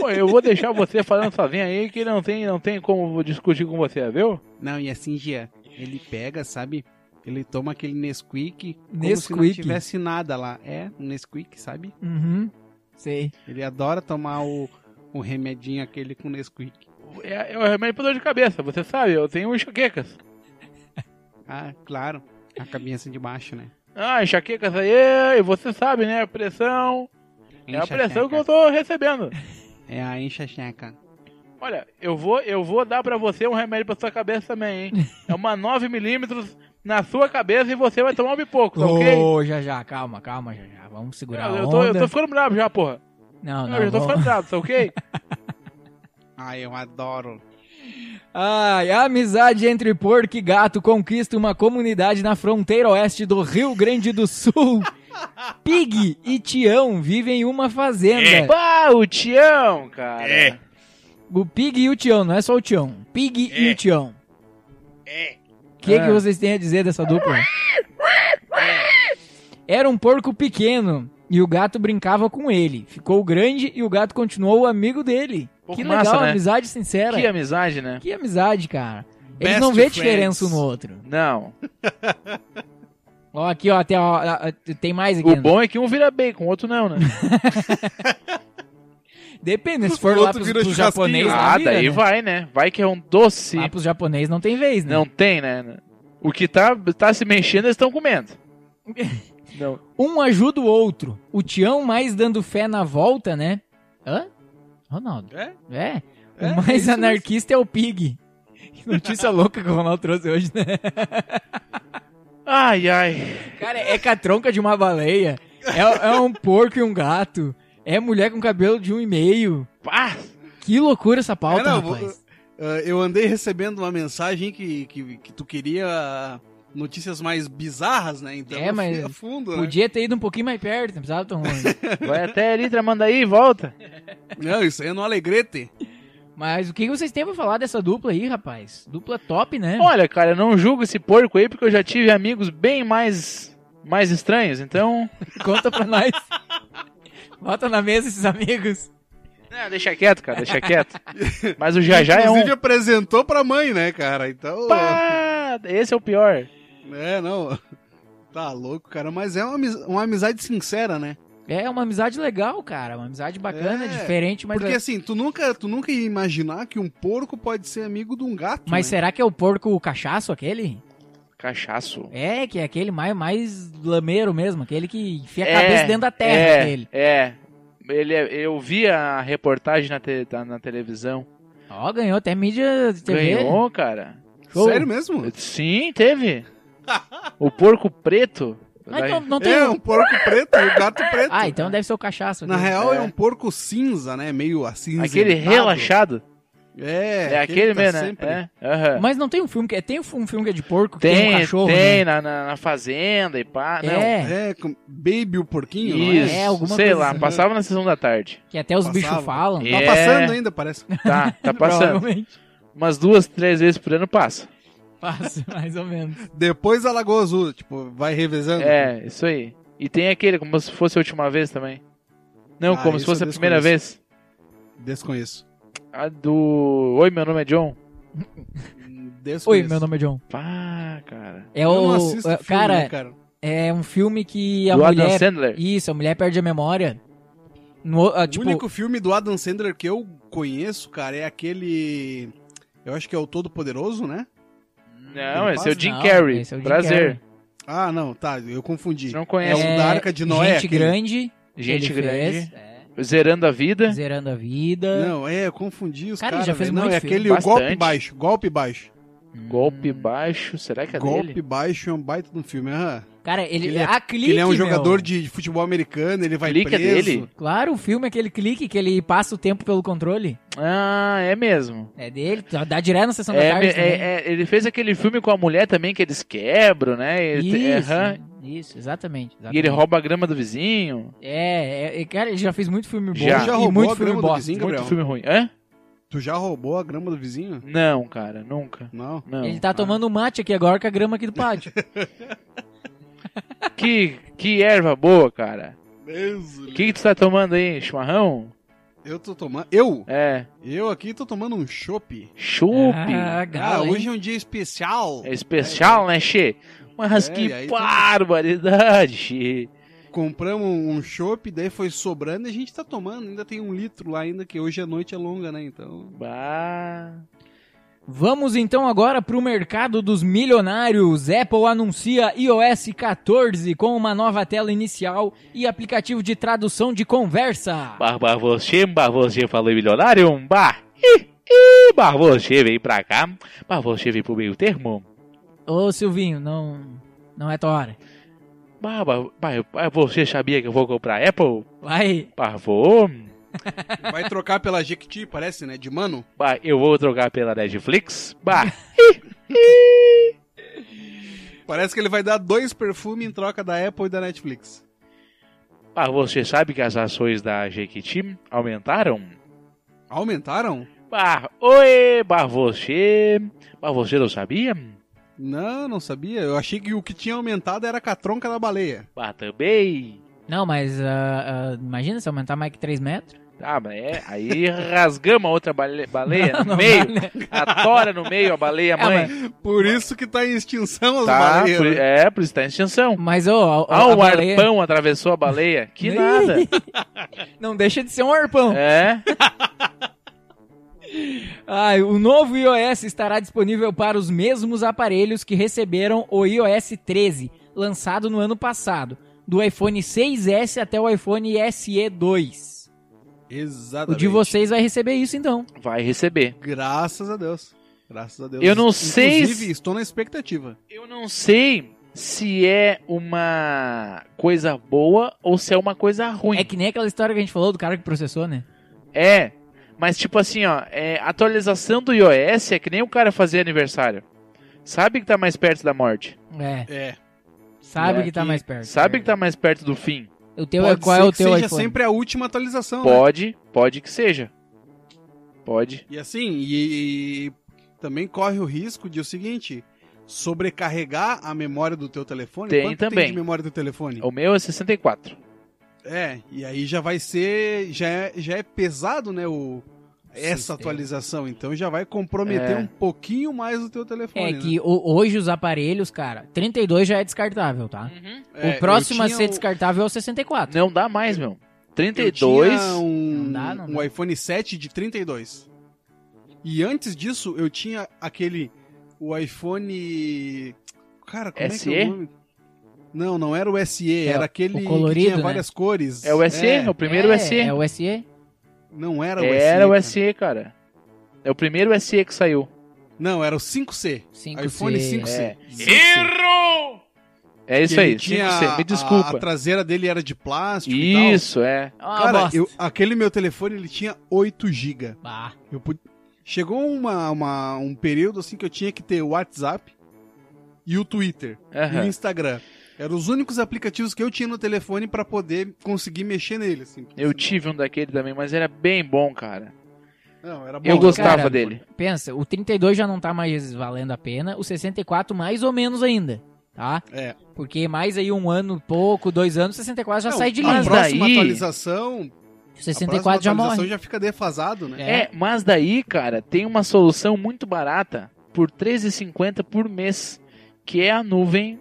C: Pô, eu vou deixar você falando sozinho aí que não tem, não tem como discutir com você, viu?
F: Não, e assim, Gia, ele pega, sabe? Ele toma aquele Nesquik
B: é
F: como se não
A: Nesquik.
F: tivesse nada lá. É, um Nesquik, sabe?
A: Uhum. Sei.
F: Ele adora tomar o, o remedinho aquele com Nesquik.
C: É, é o remédio pra dor de cabeça, você sabe, eu tenho enxaquecas.
F: Ah, claro. A cabeça de baixo, né?
C: Ah, enxaquecas aí, e você sabe, né? Pressão. É a
F: Enxaqueca.
C: pressão que eu tô recebendo.
F: É a enxacheca.
C: Olha, eu vou, eu vou dar pra você um remédio pra sua cabeça também, hein? É uma 9mm na sua cabeça e você vai tomar um bipoco, tá ok?
A: Ô, já já, calma, calma, já já. Vamos segurar
C: Eu,
A: a
C: eu
A: onda.
C: tô, eu tô ficando bravo já, porra.
A: Não,
C: Eu
A: não.
C: já tô
A: vamos-
C: ficando bravo, tá ok?
F: Ah, eu adoro.
A: Ai, a amizade entre porco e gato conquista uma comunidade na fronteira oeste do Rio Grande do Sul. Pig e Tião vivem em uma
C: É.
A: fazenda.
C: Pá, o Tião, cara.
A: O Pig e o Tião, não é só o Tião. Pig e o Tião. O que,
C: É.
A: que vocês têm a dizer dessa dupla? Era um porco pequeno e o gato brincava com ele. Ficou grande e o gato continuou amigo dele.
C: Pô,
A: que
C: que
A: legal,
C: massa, né?
A: amizade sincera.
C: Que
A: Que,
C: amizade, né?
A: amizade, cara. Eles
B: Best
A: não vê
B: friends.
A: diferença um no outro.
C: Não.
A: Ó, aqui, ó, tem, ó, ó, tem mais aqui.
C: O
A: né?
C: bom é que um vira bacon, o outro não, né?
A: Depende, se for
B: O
A: lá
B: outro
A: pros,
B: vira
A: pros
B: churrasquinho.
A: japonês, não
C: ah,
A: vira,
C: daí
A: né?
C: vai, né? Vai que é um doce.
A: Lá pros japonês não tem vez, né?
C: Não tem, né? O que tá, tá se mexendo, eles estão comendo. Não.
A: Um ajuda o outro. O Tião mais dando fé na volta, né? Hã? Ronaldo.
B: É?
A: É. O
B: É, é
A: mais
B: isso
A: anarquista é o Pig. Que Notícia louca que o Ronaldo trouxe hoje, né?
C: Ai, ai.
A: Cara, é com a tronca de uma baleia. É, é um porco e um gato. É mulher com cabelo de um e meio.
C: Pá!
A: Que loucura essa pauta,
B: É, não, vou-
A: rapaz.
B: Ah, eu andei recebendo uma mensagem que, que, que tu queria notícias mais bizarras, né? Então
A: É,
B: eu fui
A: mas
B: a fundo, né?
A: Podia ter ido um pouquinho mais perto, não precisava tão longe.
C: Vai até ali, manda aí e volta.
B: Não, isso aí é no Alegrete.
A: Mas o que vocês têm pra falar dessa dupla aí, rapaz? Dupla top, né?
C: Olha, cara, eu não julgo esse porco aí porque eu já tive amigos bem mais mais estranhos, então.
A: Conta pra nós. Bota na mesa esses amigos.
C: Não, deixa quieto, cara, deixa quieto. Mas o Jajá é um.
B: Inclusive apresentou pra mãe, né, cara? Então.
C: Pá! Esse é o pior.
B: É, não. Tá louco, cara. Mas é uma, amiz- uma amizade sincera, né?
A: É uma amizade legal, cara. Uma amizade bacana,
B: É,
A: diferente, mas.
B: Porque assim, tu nunca, tu nunca ia imaginar que um porco pode ser amigo de um gato.
A: Mas
B: né?
A: será que é o porco o cachaço aquele?
C: Cachaço.
A: É, que é aquele mais, mais lameiro mesmo, aquele que enfia a cabeça dentro da terra
C: é,
A: dele.
C: É. Ele é- eu vi a reportagem na, te- tá, na- na televisão.
A: Ó, ganhou até mídia de TV.
C: Ganhou, cara.
A: Show.
B: Sério mesmo?
C: Sim, teve. O porco preto. né?
A: Mas Ah, então não, não tem.
B: É, um porco preto, um gato preto.
A: Ah, então deve ser o cachaço.
B: Na
A: aquele.
B: real, é. um porco cinza, né? Meio assim.
C: Aquele relaxado.
B: É,
C: É,
B: que
C: aquele
B: tá
C: mesmo, né?
B: sempre-
C: É, aham.
A: Mas não tem um filme que é. Tem um filme que é de porco, que tem
C: Tem,
A: um cachorro. né?
C: tem na, na, na fazenda e pá. Não.
A: É,
B: É, com- Baby o porquinho, não é?
C: Isso,
A: É, alguma
C: sei
A: coisa
C: lá,
A: assim.
C: passava na sessão da tarde.
A: que até os
B: Passava.
A: bichos falam.
B: Tá
C: É.
B: passando ainda, parece.
C: Tá, tá passando.
A: Provavelmente.
C: Umas duas, três vezes por ano passa.
A: Passa, mais ou menos.
B: Depois a Lagoa Azul, tipo, vai revezando.
C: É, isso aí. E tem aquele como se fosse a última vez também. Não,
B: Ah,
C: como se
B: isso eu
C: fosse a primeira vez.
B: Desconheço.
C: A do. Oi, meu nome é John.
B: Desconheço.
A: Oi, meu nome é John.
C: Pá, cara.
A: É
B: Eu
A: o.
B: não assisto
A: é-
B: filme,
A: cara,
B: né, cara.
A: é um filme que a
C: do Adam
A: mulher.
C: Sandler.
A: Isso, a mulher perde a memória. No, ah,
B: O
A: tipo,
B: único filme do Adam Sandler que eu conheço, cara, é aquele. Eu acho que é o Todo Poderoso, né?
C: Não,
B: Ele
C: esse é o
B: passa?
C: Jim
A: Não,
C: Carrey.
A: esse é o Jim
C: Prazer.
B: Ah, não, tá, eu confundi.
C: Você não
B: É
C: conhece.
B: o da Arca de Noé.
A: Gente
B: aquele.
A: grande.
C: Gente
A: ele
C: grande.
A: fez, é,
C: Zerando a vida.
A: zerando a vida.
B: Não, é, eu confundi os
A: Cara,
B: caras.
A: ele já fez
B: velho. não,
A: muito
B: é
A: filme.
B: aquele o golpe
C: Bastante.
B: baixo, golpe baixo.
C: Golpe baixo. Será que é
B: golpe
C: dele?
B: baixo é um baita de um filme. aham.
A: Cara, ele,
B: Ele é-
A: a clique,
B: Ele é um
A: meu.
B: jogador de de futebol americano, ele vai
C: Clique é
B: preso.
C: dele?
A: Claro, o filme é aquele clique que ele passa o tempo pelo controle.
C: Ah, é mesmo.
A: É dele, tá- dá direto na sessão
C: É,
A: da tarde.
C: é,
A: também.
C: é, ele fez aquele filme com a mulher também que eles quebram, né? Ele te-
A: Isso.
C: aham.
A: Isso, exatamente. exatamente.
C: E ele rouba a grama do vizinho.
A: É, é, é, cara, ele já fez muito filme bom
C: Já.
A: e
B: Já roubou
A: muito
B: a
A: filme
B: grama do
A: bosta.
B: vizinho,
C: Muito
B: Gabriel?
C: filme ruim. Hã?
B: Tu já roubou a grama do vizinho?
C: Não, cara, nunca.
B: Não.
C: Não.
A: Ele tá tomando mate aqui agora com a grama aqui do pátio.
C: Que, que erva boa, cara.
B: Deus,
C: O que, que tu tá tomando aí? Chimarrão?
B: eu tô tomando. Eu?
C: É.
B: Eu aqui tô tomando um chopp.
C: Chupe.
A: Ah,
B: Ah,
A: galo, hein?
B: hoje é um dia especial.
C: É especial, né, Xê? Mas
B: É,
C: que
B: e aí tá-
C: barbaridade, Xê.
B: Compramos um chopp, daí foi sobrando e a gente tá tomando. Ainda tem um litro lá ainda, que hoje a noite é longa, né? Então.
C: Bah.
A: Vamos então agora pro mercado dos milionários. Apple anuncia iOS 14 com uma nova tela inicial e aplicativo de tradução de conversa.
C: Bah, bah, você, bah, você falou em milionário? Bah. Ih, ih, Bah, você veio pra cá. Bah, você veio pro meio termo.
A: Ô Silvinho, não, não é tua hora.
C: Bah, bah, bah, eu- bah, você sabia que eu vou comprar Apple?
A: Vai.
C: Bah, vou.
B: Vai trocar pela Jequiti, parece, né? De mano.
C: Bah, eu vou trocar pela Netflix. Bah.
B: Parece que ele vai dar dois perfumes em troca da Apple e da Netflix.
C: Ah, você sabe que as ações da Jequiti aumentaram?
B: Aumentaram?
C: Bah, oi, bah, você. Bah, você não sabia?
B: Não, não sabia. Eu achei que o que tinha aumentado era com a tronca da baleia.
C: Bah, também.
A: Não, mas ah, ah, imagina se aumentar mais que 3 metros.
C: Ah, mas é, aí rasgamos a outra bale- baleia no
A: Não
C: meio.
A: vai, né?
C: A tora no meio, a baleia
A: Ah,
C: mãe.
B: Por isso que tá em extinção as
C: tá,
B: baleias.
C: por-
B: né?
C: é, por isso tá em extinção.
A: Mas ô, a- a-
C: Ah,
A: a
C: o
A: baleia-
C: arpão atravessou a baleia. Que
A: Ih.
C: nada.
A: Não deixa de ser um arpão.
C: É.
A: Ah, o novo iOS estará disponível para os mesmos aparelhos que receberam o iOS 13, lançado no ano passado, do iPhone 6S até o iPhone SE 2. O
B: Exatamente.
A: de vocês vai receber isso então.
C: Vai receber.
B: Graças a Deus. Graças a Deus.
C: Eu não sei
B: Inclusive,
C: se-
B: estou na expectativa.
C: Eu não sei se é uma coisa boa ou se é uma coisa ruim.
A: É que nem aquela história que a gente falou do cara que processou, né?
C: É, mas tipo assim, ó, é, atualização do iOS é que nem o cara fazer aniversário. Sabe que tá mais perto da morte.
A: É,
B: É.
A: sabe
C: É
A: que tá
B: que-
A: mais perto.
C: Sabe que tá mais perto do fim.
A: O teu é
B: Pode
A: qual
B: ser
A: é o
B: que
A: teu
B: seja
A: iPhone?
B: sempre a última atualização, né?
C: Pode, pode que seja. Pode.
B: E assim, e, e também corre o risco de o seguinte, sobrecarregar a memória do teu telefone.
C: Tem
B: Quanto
C: também.
B: Tem de memória do telefone?
C: O meu é 64.
B: É, e aí já vai ser, já é, já é pesado, né, o essa atualização, então já vai comprometer
C: É.
B: um pouquinho mais o teu telefone.
A: É
B: né?
A: que o- hoje os aparelhos, cara, 32 já é descartável, tá?
B: É,
A: o próximo
B: eu
A: a
B: tinha
A: ser
B: um-
A: descartável é o 64.
C: Não dá mais, meu.
B: Eu
C: 32.
B: tinha um,
A: Não dá, não
B: um
A: dá.
B: iPhone 7 de 32. E antes disso, eu tinha aquele. O iPhone. Cara, como é
C: SE?
B: que é o nome? Não, não era o SE,
A: É,
B: era aquele
A: o colorido,
B: que tinha
A: né?
B: várias cores.
C: É o SE, é, o primeiro
A: é,
C: SE.
A: É o SE?
B: Não era o SE.
C: Era o
B: cara.
C: SE, cara. É o primeiro SE que saiu.
B: Não, era o 5C.
A: 5C.
B: iPhone 5C.
C: É.
B: 5C.
C: Erro! É isso
B: Que ele
C: aí,
B: tinha
C: 5C.
B: a- A,
C: Me desculpa.
B: traseira dele era de plástico e
C: Isso, é.
A: Ah,
B: tal. Cara,
A: bosta.
B: eu- aquele meu telefone ele tinha 8 GB.
A: Ah,
B: Eu pude- Chegou uma, uma- um período assim que eu tinha que ter o WhatsApp e o Twitter e o
C: Aham.
B: Instagram. Eram os únicos aplicativos que eu tinha no telefone pra poder conseguir mexer nele. Assim.
C: Eu tive um daquele também, mas era bem bom, cara.
B: Não, era bom.
C: Eu gostava
A: cara,
C: dele.
A: pensa, o 32 já não tá mais valendo a pena, o 64 mais ou menos ainda, tá?
B: É.
A: Porque mais aí um ano, e pouco, dois anos, o 64 já
B: Não,
A: sai de
B: a
A: linha.
C: mas-
B: próxima
C: daí-
B: atualização,
A: O
B: a próxima
A: 64 já
B: atualização
A: morre.
B: já fica defasado, né?
A: É.
C: É, mas daí, cara, tem uma solução muito barata por R$13,50 por mês, que é a nuvem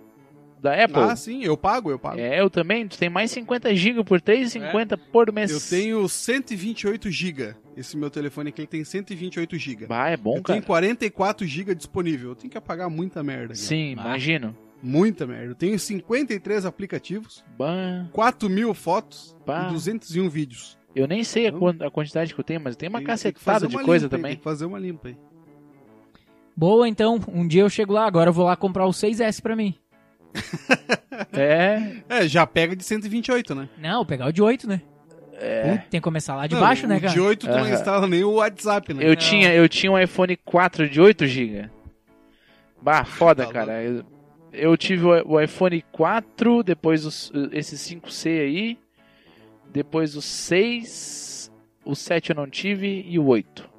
C: da Apple.
B: Ah, sim, eu pago, eu pago.
C: é, eu também. Tu tem mais 50 GB por R$3,50 por mês.
B: É. Eu tenho 128 GB. Esse meu telefone aqui ele tem 128 GB.
C: Bah, é bom,
B: Eu
C: cara.
B: tenho 44 GB disponível. Eu tenho que apagar muita merda. aqui.
C: Sim,
A: Bah.
C: imagino.
B: Muita merda. Eu tenho 53 aplicativos.
C: Bah,
B: 4 mil fotos
C: Pá.
B: e 201 vídeos.
C: eu nem sei a,
B: Não.
C: quan- a quantidade que eu tenho, mas tem uma
B: Tem- tem que
C: cacetada
B: fazer
C: de
B: uma
C: coisa
B: limpa aí,
C: também.
B: Tem que fazer uma limpa aí.
A: Boa, então, um dia eu chego lá, agora eu vou lá comprar o 6S pra mim.
C: É,
B: É, já pega de 128, né?
A: Não, vou pegar o de 8, né?
C: é.
A: Tem que começar lá de
B: Não,
A: baixo,
B: o
A: né, cara?
B: De 8 tu não
C: Aham.
B: instala nem o WhatsApp, né?
C: Eu tinha, eu tinha um iPhone 4 de 8 GB. Bah, foda,
B: Tá
C: cara. Eu, eu tive o o iPhone 4, depois os, esse 5C aí, depois o 6, o 7 eu não tive e o 8.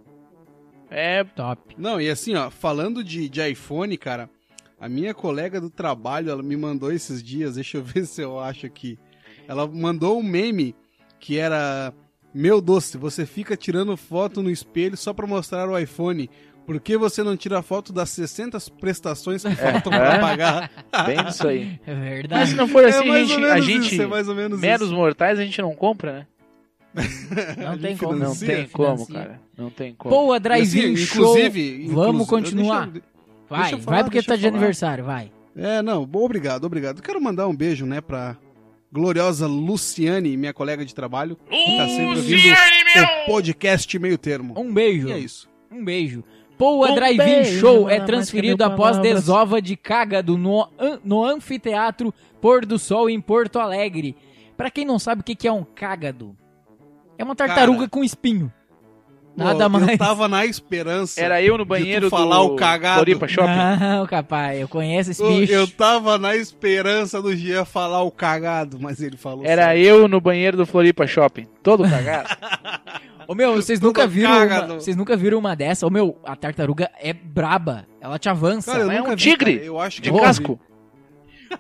C: É,
A: Top.
B: Não, e assim, ó, falando de, de iPhone, cara, a minha colega do trabalho, ela me mandou esses dias, deixa eu ver se eu acho aqui. Ela mandou um meme que era: Meu doce, você fica tirando foto no espelho só pra mostrar o iPhone. Por que você não tira foto das 60 prestações
C: É.
B: que faltam pra pagar?
C: bem isso aí.
A: É
C: Mas se
A: verdade.
C: não for assim, a
B: mais
C: gente,
B: ou
C: a
B: menos
C: gente
B: isso, é mais ou menos
C: meros
B: isso.
C: mortais, a gente não compra, né?
A: Não
B: Ele
A: tem como.
C: Não
B: financia.
C: tem como,
A: financia.
C: cara. Não tem como.
A: Boa,
B: E assim,
A: drive-in, show.
B: inclusive,
A: Vamos
B: inclusive-
A: continuar.
B: deixa eu-
A: Vai,
B: deixa eu
A: vai
B: falar,
A: porque
B: deixa
A: tá
B: eu
A: de
B: falar.
A: aniversário, vai.
B: É, não, bom, obrigado, obrigado. Quero mandar um beijo, né, pra gloriosa Luciane, minha colega de trabalho, que tá sempre ouvindo o podcast meio termo.
A: Um beijo.
B: E é isso.
A: Um beijo. Poa
C: Um
A: Drive-In
C: beijo,
A: Show
C: mano,
A: é
C: mas
A: transferido
C: cadê
A: após
C: palavras?
A: desova de cágado no, an- no anfiteatro Pôr do Sol em Porto Alegre. Pra quem não sabe o que que é um cágado, é uma tartaruga
B: Cara.
A: com espinho. Nada
B: Pô,
A: mais.
B: Eu tava na esperança.
C: Era eu no
B: tu
C: banheiro
B: falar
C: do
B: o cagado.
C: Floripa Shopping.
A: Não, capaz, eu conheço esse
B: Pô,
A: bicho.
B: eu tava na esperança do Gia falar o cagado, mas ele falou
C: Era
B: assim.
C: eu no banheiro do Floripa Shopping. Todo cagado.
A: Ô meu, vocês
B: Tudo
A: nunca viram,
B: cágado.
A: uma, vocês nunca viram uma dessa? Ô meu, a tartaruga é braba, ela te avança.
B: Cara, eu
C: Mas é
B: nunca
C: um
B: vi,
C: tigre
B: cara, Eu acho que
C: De
B: eu nunca vi.
C: casco.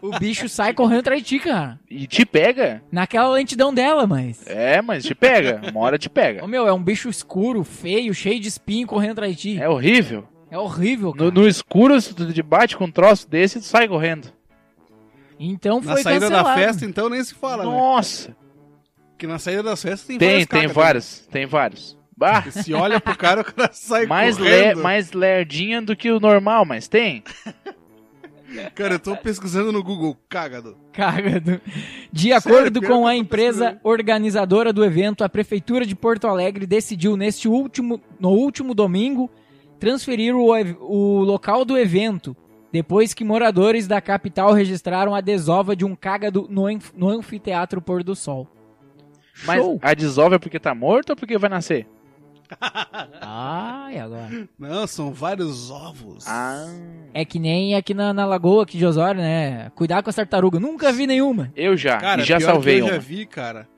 A: O bicho sai correndo atrás de ti, cara.
C: E te pega.
A: Naquela lentidão dela, mas.
C: É, mas te pega. Uma hora te pega.
A: Ô meu, é um bicho escuro, feio, cheio de espinho correndo atrás de ti.
C: É horrível.
A: É, horrível, cara.
C: No, no escuro, se tu te bate com um troço desse, tu sai correndo.
A: Então
B: Na
A: foi
B: saída
A: cancelado.
B: da festa, então, nem se fala, né?
C: Nossa.
B: Porque na saída das festas tem
C: Tem,
B: várias
C: tem
B: cacas, né?
C: vários. Tem vários. Bah,
B: Se olha pro cara, o cara sai
C: mais, le,
B: correndo.
C: mais lerdinha do que o normal, mas tem.
B: Cara, eu tô pesquisando no Google, cagado.
A: Cagado. De
B: Sério,
A: acordo
B: pior
A: com
B: que
A: a
B: eu tô
A: empresa
B: pensando.
A: organizadora do evento, a prefeitura de Porto Alegre decidiu neste último, no último domingo, transferir o, ev- o local do evento, depois que moradores da capital registraram a desova de um cágado no, anf- no anfiteatro Pôr do Sol.
C: Mas
A: Show.
C: a desova é porque tá morto ou porque vai nascer?
A: Ai, Ah, agora.
B: Não, são vários ovos.
C: Ah,
A: É que nem aqui na, na lagoa aqui de Osório, né? Cuidado com as tartarugas. Nunca vi nenhuma.
C: Eu já.
B: cara,
C: e já
B: pior
C: salvei
B: que eu
C: uma.
B: já vi, cara.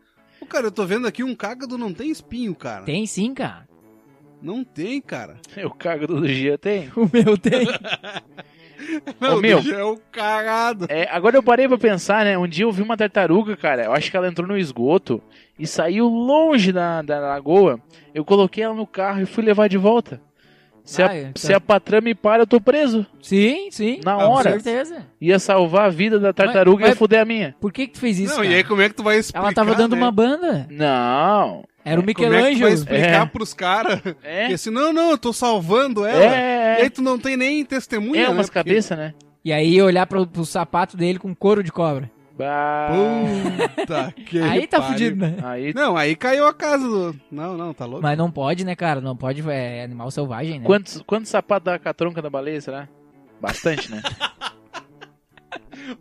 B: Ô, cara, eu tô vendo aqui um cágado não tem espinho, cara.
A: Tem sim, cara.
B: Não tem, cara.
C: Eu cago todo dia, tem.
A: O meu tem.
B: Não,
C: meu.
B: bicho, é o cagado.
C: É, agora eu parei pra pensar, né? Um dia eu vi uma tartaruga, cara. Eu acho que ela entrou no esgoto e saiu longe da, da lagoa. Eu coloquei ela no carro e fui levar de volta. Se,
A: Ah,
C: a,
A: então.
C: se a patrã me para, eu tô preso.
A: Sim, sim.
C: Na
A: Com
C: hora.
A: certeza.
C: Ia salvar a vida da tartaruga
A: Mas-
C: e eu fuder a minha.
A: Por que que tu fez isso,
B: não,
A: cara?
B: e aí como é que tu vai explicar,
A: Ela tava dando
B: né?
A: uma banda.
C: Não.
A: Era o
B: Como é que tu vai
A: Michelangelo.
B: explicar
C: É.
B: pros caras?
C: É.
B: E assim, não, não, eu tô salvando
C: É,
B: ela. E
C: é,
B: aí tu não tem nem
C: é.
B: testemunha,
C: É
B: né?
C: umas
B: Porque-
C: cabeças, né?
A: E aí olhar pro, pro sapato dele com couro de cobra.
C: Bah.
B: Puta que
A: aí tá
B: pariu.
A: fudido, né?
C: Aí,
B: Não, aí caiu a casa do... Não, não, tá louco?
A: Mas não pode, né, cara? Não pode, é animal selvagem, né?
C: quantos, quantos sapatos dá com a tronca da baleia, será? Bastante, né?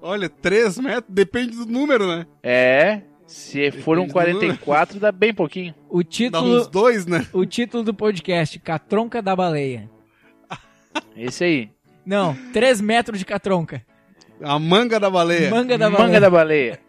B: Olha, 3 metros, depende do número, né?
C: é. Se for um
B: Depende do número.
C: 44, dá bem pouquinho.
A: O
B: Dá uns
A: título,
B: dois, né?
A: o título do podcast, Catronca da Baleia.
C: Esse aí.
A: Não, 3 metros de catronca.
B: A É. manga da baleia.
A: Manga da baleia.
C: Manga da baleia.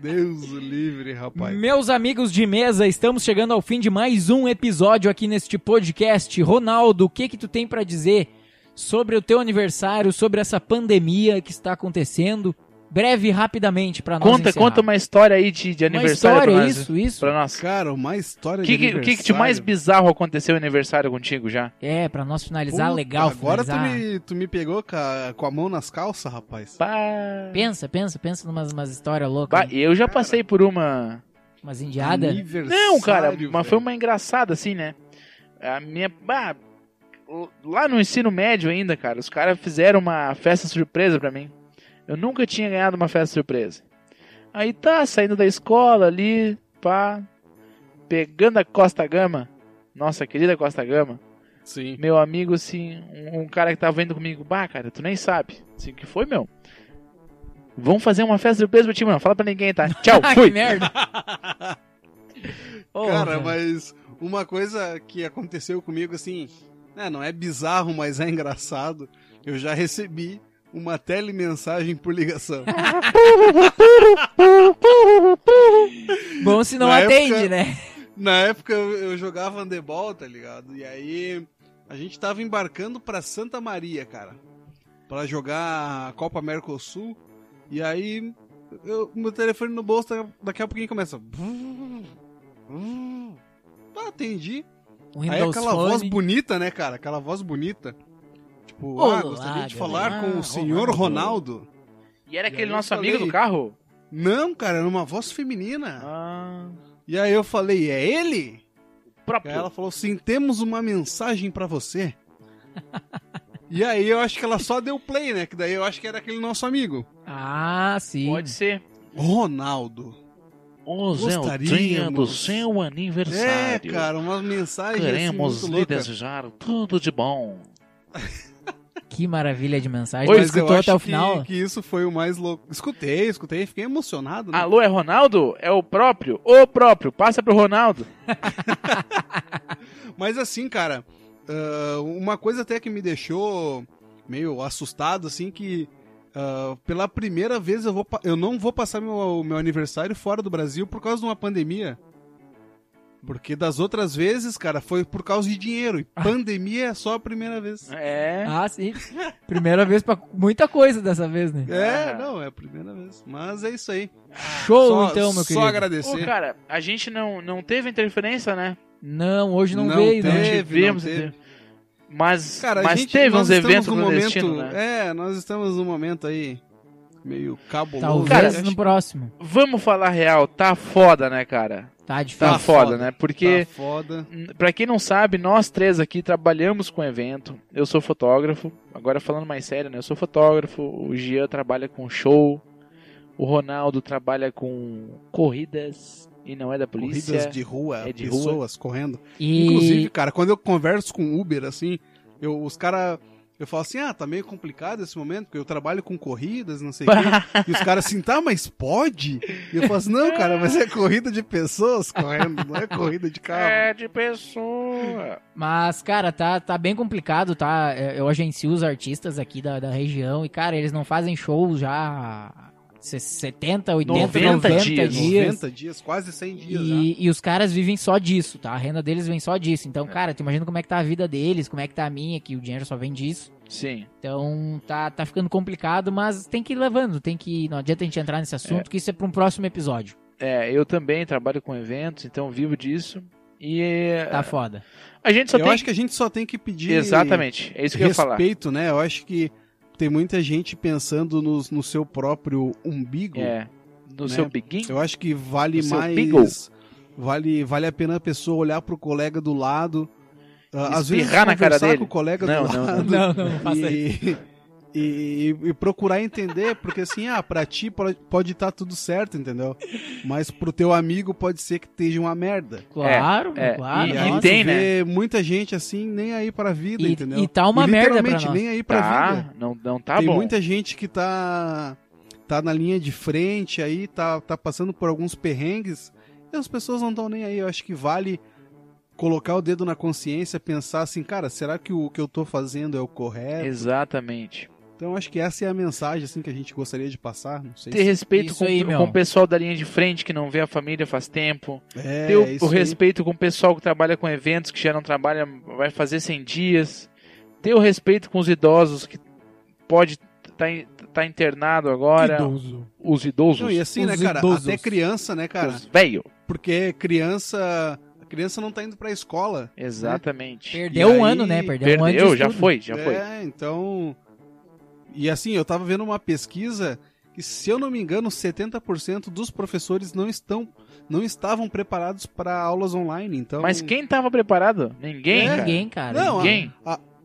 B: Deus o livre, rapaz.
A: Meus amigos de mesa, estamos chegando ao fim de mais um episódio aqui neste podcast. Ronaldo, o que que tu tem pra dizer sobre o teu aniversário, sobre essa pandemia que está acontecendo? Breve e rapidamente pra nós
C: Conta,
A: encerrar.
C: conta uma história aí de, de
A: Uma
C: aniversário pra
A: história,
C: nós.
A: isso, isso.
C: Pra nós.
B: Cara, uma história
C: O
B: de
C: que, que, que que de mais
B: aniversário.
C: bizarro aconteceu no aniversário contigo já?
A: É, pra nós finalizar
B: Puta,
A: legal,
B: Agora tu
A: finalizar.
B: me, tu me pegou ca- com a mão nas calças, rapaz.
C: Pá.
A: Pensa, pensa, pensa numas umas histórias loucas,
C: Bah,
A: hein?
C: eu já passei por uma.
A: umas indiadas.
B: Aniversário,
C: Não, cara, mas
B: velho.
C: foi uma engraçada assim, né? A minha. bah, lá no ensino médio ainda, cara, os caras fizeram uma festa surpresa pra mim. Eu nunca tinha ganhado uma festa surpresa. Aí tá, saindo da escola ali, pá. Pegando a Costa Gama. Nossa querida Costa Gama.
B: Sim.
C: meu amigo, assim, um, um cara que tava indo comigo, bah, cara, tu nem sabe. Assim, o que foi, meu? Vamos fazer uma festa surpresa pra ti, mano. Fala pra ninguém, tá? Tchau,
A: Ah, que
C: fui.
A: merda! Ô,
B: cara, mas uma coisa que aconteceu comigo assim, né, não é bizarro, mas é engraçado. Eu já recebi uma telemensagem por ligação.
A: Bom se não
B: Na
A: atende,
B: época-
A: né?
B: Na época eu eu jogava handebol, tá ligado? E aí a gente tava embarcando pra Santa Maria, cara, Pra jogar a Copa Mercosul. E aí eu, meu telefone no bolso, daqui a- daqui a pouquinho começa. Ah, atendi.
A: Um
B: Aí é
A: Windows
B: aquela voz
A: Phone.
B: bonita, né, cara? Aquela voz bonita. Tipo,
A: Olá,
B: ah, gostaria de
A: galera.
B: falar com
A: Ah,
B: o senhor
A: Ronaldo.
B: Ronaldo.
C: E era
B: E
C: aquele
B: aí eu
C: nosso amigo
B: falei-
C: do carro?
B: Não, cara, era uma voz feminina.
C: Ah,
B: E aí eu falei, é ele?
C: o
B: E
C: próprio.
B: aí ela falou assim: temos uma mensagem pra você. e aí eu acho que ela só deu play, né? Que daí eu acho que era aquele nosso amigo.
A: Ah, sim.
C: Pode ser.
B: Ronaldo.
G: Ô, Zé, o
B: Gostaríamos.
G: dia do seu aniversário.
B: É, cara, uma mensagem
G: Queremos
B: assim, muito
G: lhe
B: louca.
G: desejar tudo de bom.
A: Que maravilha de mensagem.
B: Mas
A: Tu escutou
B: eu
A: até
B: acho
A: o final?
B: Que, que isso foi o mais louco. Escutei, escutei, fiquei emocionado. Né?
C: Alô, é Ronaldo? É o próprio? O próprio. Passa pro Ronaldo.
B: Mas assim, cara, ah, uma coisa até que me deixou meio assustado, assim, que ah, pela primeira vez eu, vou, pa- eu não vou passar meu, meu aniversário fora do Brasil por causa de uma pandemia. Porque das outras vezes, cara, foi por causa de dinheiro. E pandemia é só a primeira vez.
C: É.
A: Ah, sim. Primeira vez pra muita coisa dessa vez, né?
B: É, não, é a primeira vez. Mas é isso aí.
A: Show,
B: Só-
A: então, meu
B: Só
A: querido.
C: Ô,
B: agradecer.
C: cara, a gente não, não teve interferência, né?
A: Não, hoje não,
B: Não
A: veio, né?
B: Teve, não
C: Tivemos
B: teve.
C: inter- Mas,
B: Cara, a
C: mas
B: gente-
C: teve
B: nós
C: uns
B: estamos
C: eventos
B: num
C: clandestinos,
B: momento-
C: né?
B: É, nós estamos num momento aí meio cabuloso. Tá
A: Talvez
B: Cara,
A: no próximo.
C: Vamos falar real, tá foda, né, cara?
A: Tá
C: Tá,
A: difícil.
B: Tá
C: foda,
B: foda.
C: né? Porque,
B: Tá foda.
C: n- pra quem não sabe, nós três aqui trabalhamos com evento. Eu sou fotógrafo, agora falando mais sério, né? Eu sou fotógrafo, o Gia trabalha com show, o Ronaldo trabalha com corridas e não é da polícia.
B: Corridas de rua,
C: é de
B: pessoas correndo.
A: E...
B: Tá. Inclusive, cara, quando eu converso com Uber, assim, eu, os caras. Eu falo assim, ah, tá meio complicado esse momento, porque eu trabalho com corridas, não sei o quê. E os caras assim, tá, mas pode? E eu falo assim, não, cara, mas é corrida de pessoas correndo, não é corrida de carro.
C: É de pessoa.
A: Mas, cara, tá, tá bem complicado, tá? É, Eu agencio os artistas aqui da, da região e, cara, eles não fazem shows já há se- 70, 80, 90,
C: 90
A: dias.
C: dias.
B: 90 dias, quase 100 dias já.
A: E, e os caras vivem só disso, tá? A renda deles vem só disso. Então, cara, tu imagina como é que tá a vida deles, como é que tá a minha, que o dinheiro só vem disso.
C: Sim.
A: Então, tá, tá ficando complicado, mas tem que ir levando, tem que. Não adianta a gente entrar nesse assunto, que isso é pra um próximo episódio.
C: É, eu também trabalho com eventos, então vivo disso. E eh,
A: Tá foda.
C: a gente só
B: eu
C: tem
B: acho que a gente só tem que pedir
C: Exatamente, é isso que eu ia falar.
B: respeito, né? Eu acho que tem muita gente pensando no, no seu próprio umbigo.
C: É, no
B: né?
C: seu biguinho.
B: Eu acho que vale
C: é O seu
B: mais.
C: beagle.
B: Vale, vale a pena a pessoa olhar pro colega do lado. ah, Às vezes
C: Espirrar na cara
B: conversar
C: dele.
B: com o colega
C: Não,
B: do
C: não,
B: lado.
A: Não, não, não faça
B: e, e, e procurar entender, porque assim, ah, pra ti pode- pode estar tudo certo, entendeu? Mas pro teu amigo pode ser que esteja uma merda.
A: Claro,
C: é.
A: claro.
C: E-
B: e
C: e
A: nossa.
B: aí
C: tem,
B: tu vê muita gente assim, nem aí pra vida,
A: né? E-
B: entendeu?
A: e tá uma merda pra
B: literalmente,
A: nós.
B: nem aí pra vida
C: Tá, não, não tá
B: tem
C: bom.
B: muita gente que tá tá na linha de frente aí, tá, tá passando por alguns perrengues, e as pessoas não estão nem aí. Eu acho que vale colocar o dedo na consciência, pensar assim, cara, será que o que eu tô fazendo é o correto?
C: Exatamente.
B: Então eu acho que essa é a mensagem assim que a gente gostaria de passar, não sei.
C: Ter respeito
A: isso
C: com,
A: aí, meu.
C: com o pessoal da linha de frente que não vê a família faz tempo.
B: se... É,
C: Ter o,
B: isso
C: o
B: aí.
C: respeito com o pessoal que trabalha com eventos, que já não trabalha, vai fazer 100 dias. Ter o respeito com os idosos que pode tá, in- tá internado agora.
A: Idoso.
C: Os idosos.
B: Não, e assim, né,
A: Os
B: cara,
A: idosos.
B: até criança, né, cara?
C: Os velho.
B: Porque criança, a criança não tá indo pra escola.
C: Exatamente.
A: Perdeu
B: E
A: um
B: aí-
A: ano, né? Perdeu, um ano. de
C: Perdeu, já
A: estudo.
C: foi, já foi.
B: É, então. E assim, eu tava vendo uma pesquisa que, se eu não me engano, 70% dos professores não estão não estavam preparados para aulas online. Então,
C: Mas quem tava preparado? Ninguém, cara.
A: É, Ninguém, cara.
B: Não,
C: Ninguém.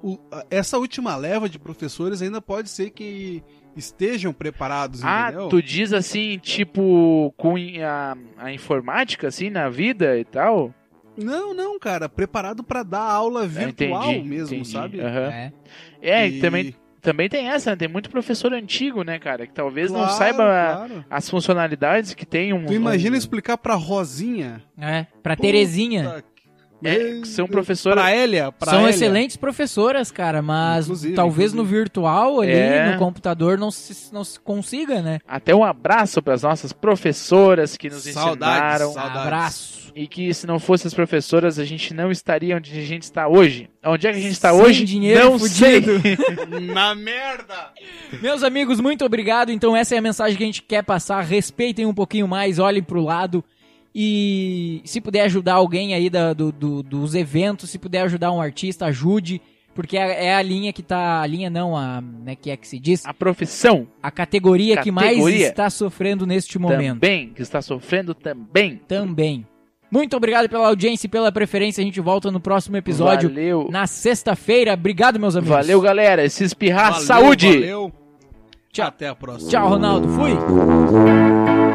B: o- a- essa última leva de professores ainda pode ser que estejam preparados,
C: Ah,
B: entendeu?
C: tu diz assim, tipo, com in- a, a informática, assim, na vida e tal?
B: Não, não, cara, preparado para dar aula
C: Eu
B: virtual
C: entendi,
B: mesmo,
C: entendi.
B: sabe?
C: Aham.
A: É.
C: É,
B: E-
C: também, também tem essa, né? Tem muito professor antigo, né, cara? Que talvez não
B: Claro,
C: saiba
B: claro.
C: as funcionalidades que tem um...
B: Tu imagina
C: um-
B: explicar pra Rosinha
A: É, pra
B: Puta
A: Terezinha.
B: que-
C: é, são professoras.
B: Pra Elia, pra
A: São
B: Elia.
A: excelentes professoras, cara, mas
B: Inclusive,
A: talvez no virtual ali,
C: É.
A: no computador, não se, não se consiga, né?
C: Até um abraço para as nossas professoras que nos
B: Saudades,
C: ensinaram.
B: Saudades.
A: Abraço.
C: E que se não fossem as professoras, a gente não estaria onde a gente está hoje. Onde é que a gente está
A: Sem
C: hoje?
A: dinheiro
C: não
A: fudido.
C: sei.
B: Na merda!
A: Meus amigos, muito obrigado. Então essa é a mensagem que a gente quer passar. Respeitem um pouquinho mais, olhem pro lado. E se puder ajudar alguém aí da- do- do- dos eventos, se puder ajudar um artista, ajude. Porque é é a linha que tá. A linha não, a. Né, que é que se diz?
C: A profissão
A: A categoria, que mais
C: Categoria.
A: está sofrendo neste momento.
C: também, que está sofrendo também.
A: Também. Muito obrigado pela audiência e pela preferência. A gente volta no próximo episódio,
C: Valeu.
A: na sexta-feira. Obrigado, meus amigos.
C: Valeu, galera. Se espirrar,
B: Valeu,
C: saúde.
B: Valeu.
A: Tchau.
B: Até a próxima.
A: Tchau, Ronaldo. Fui.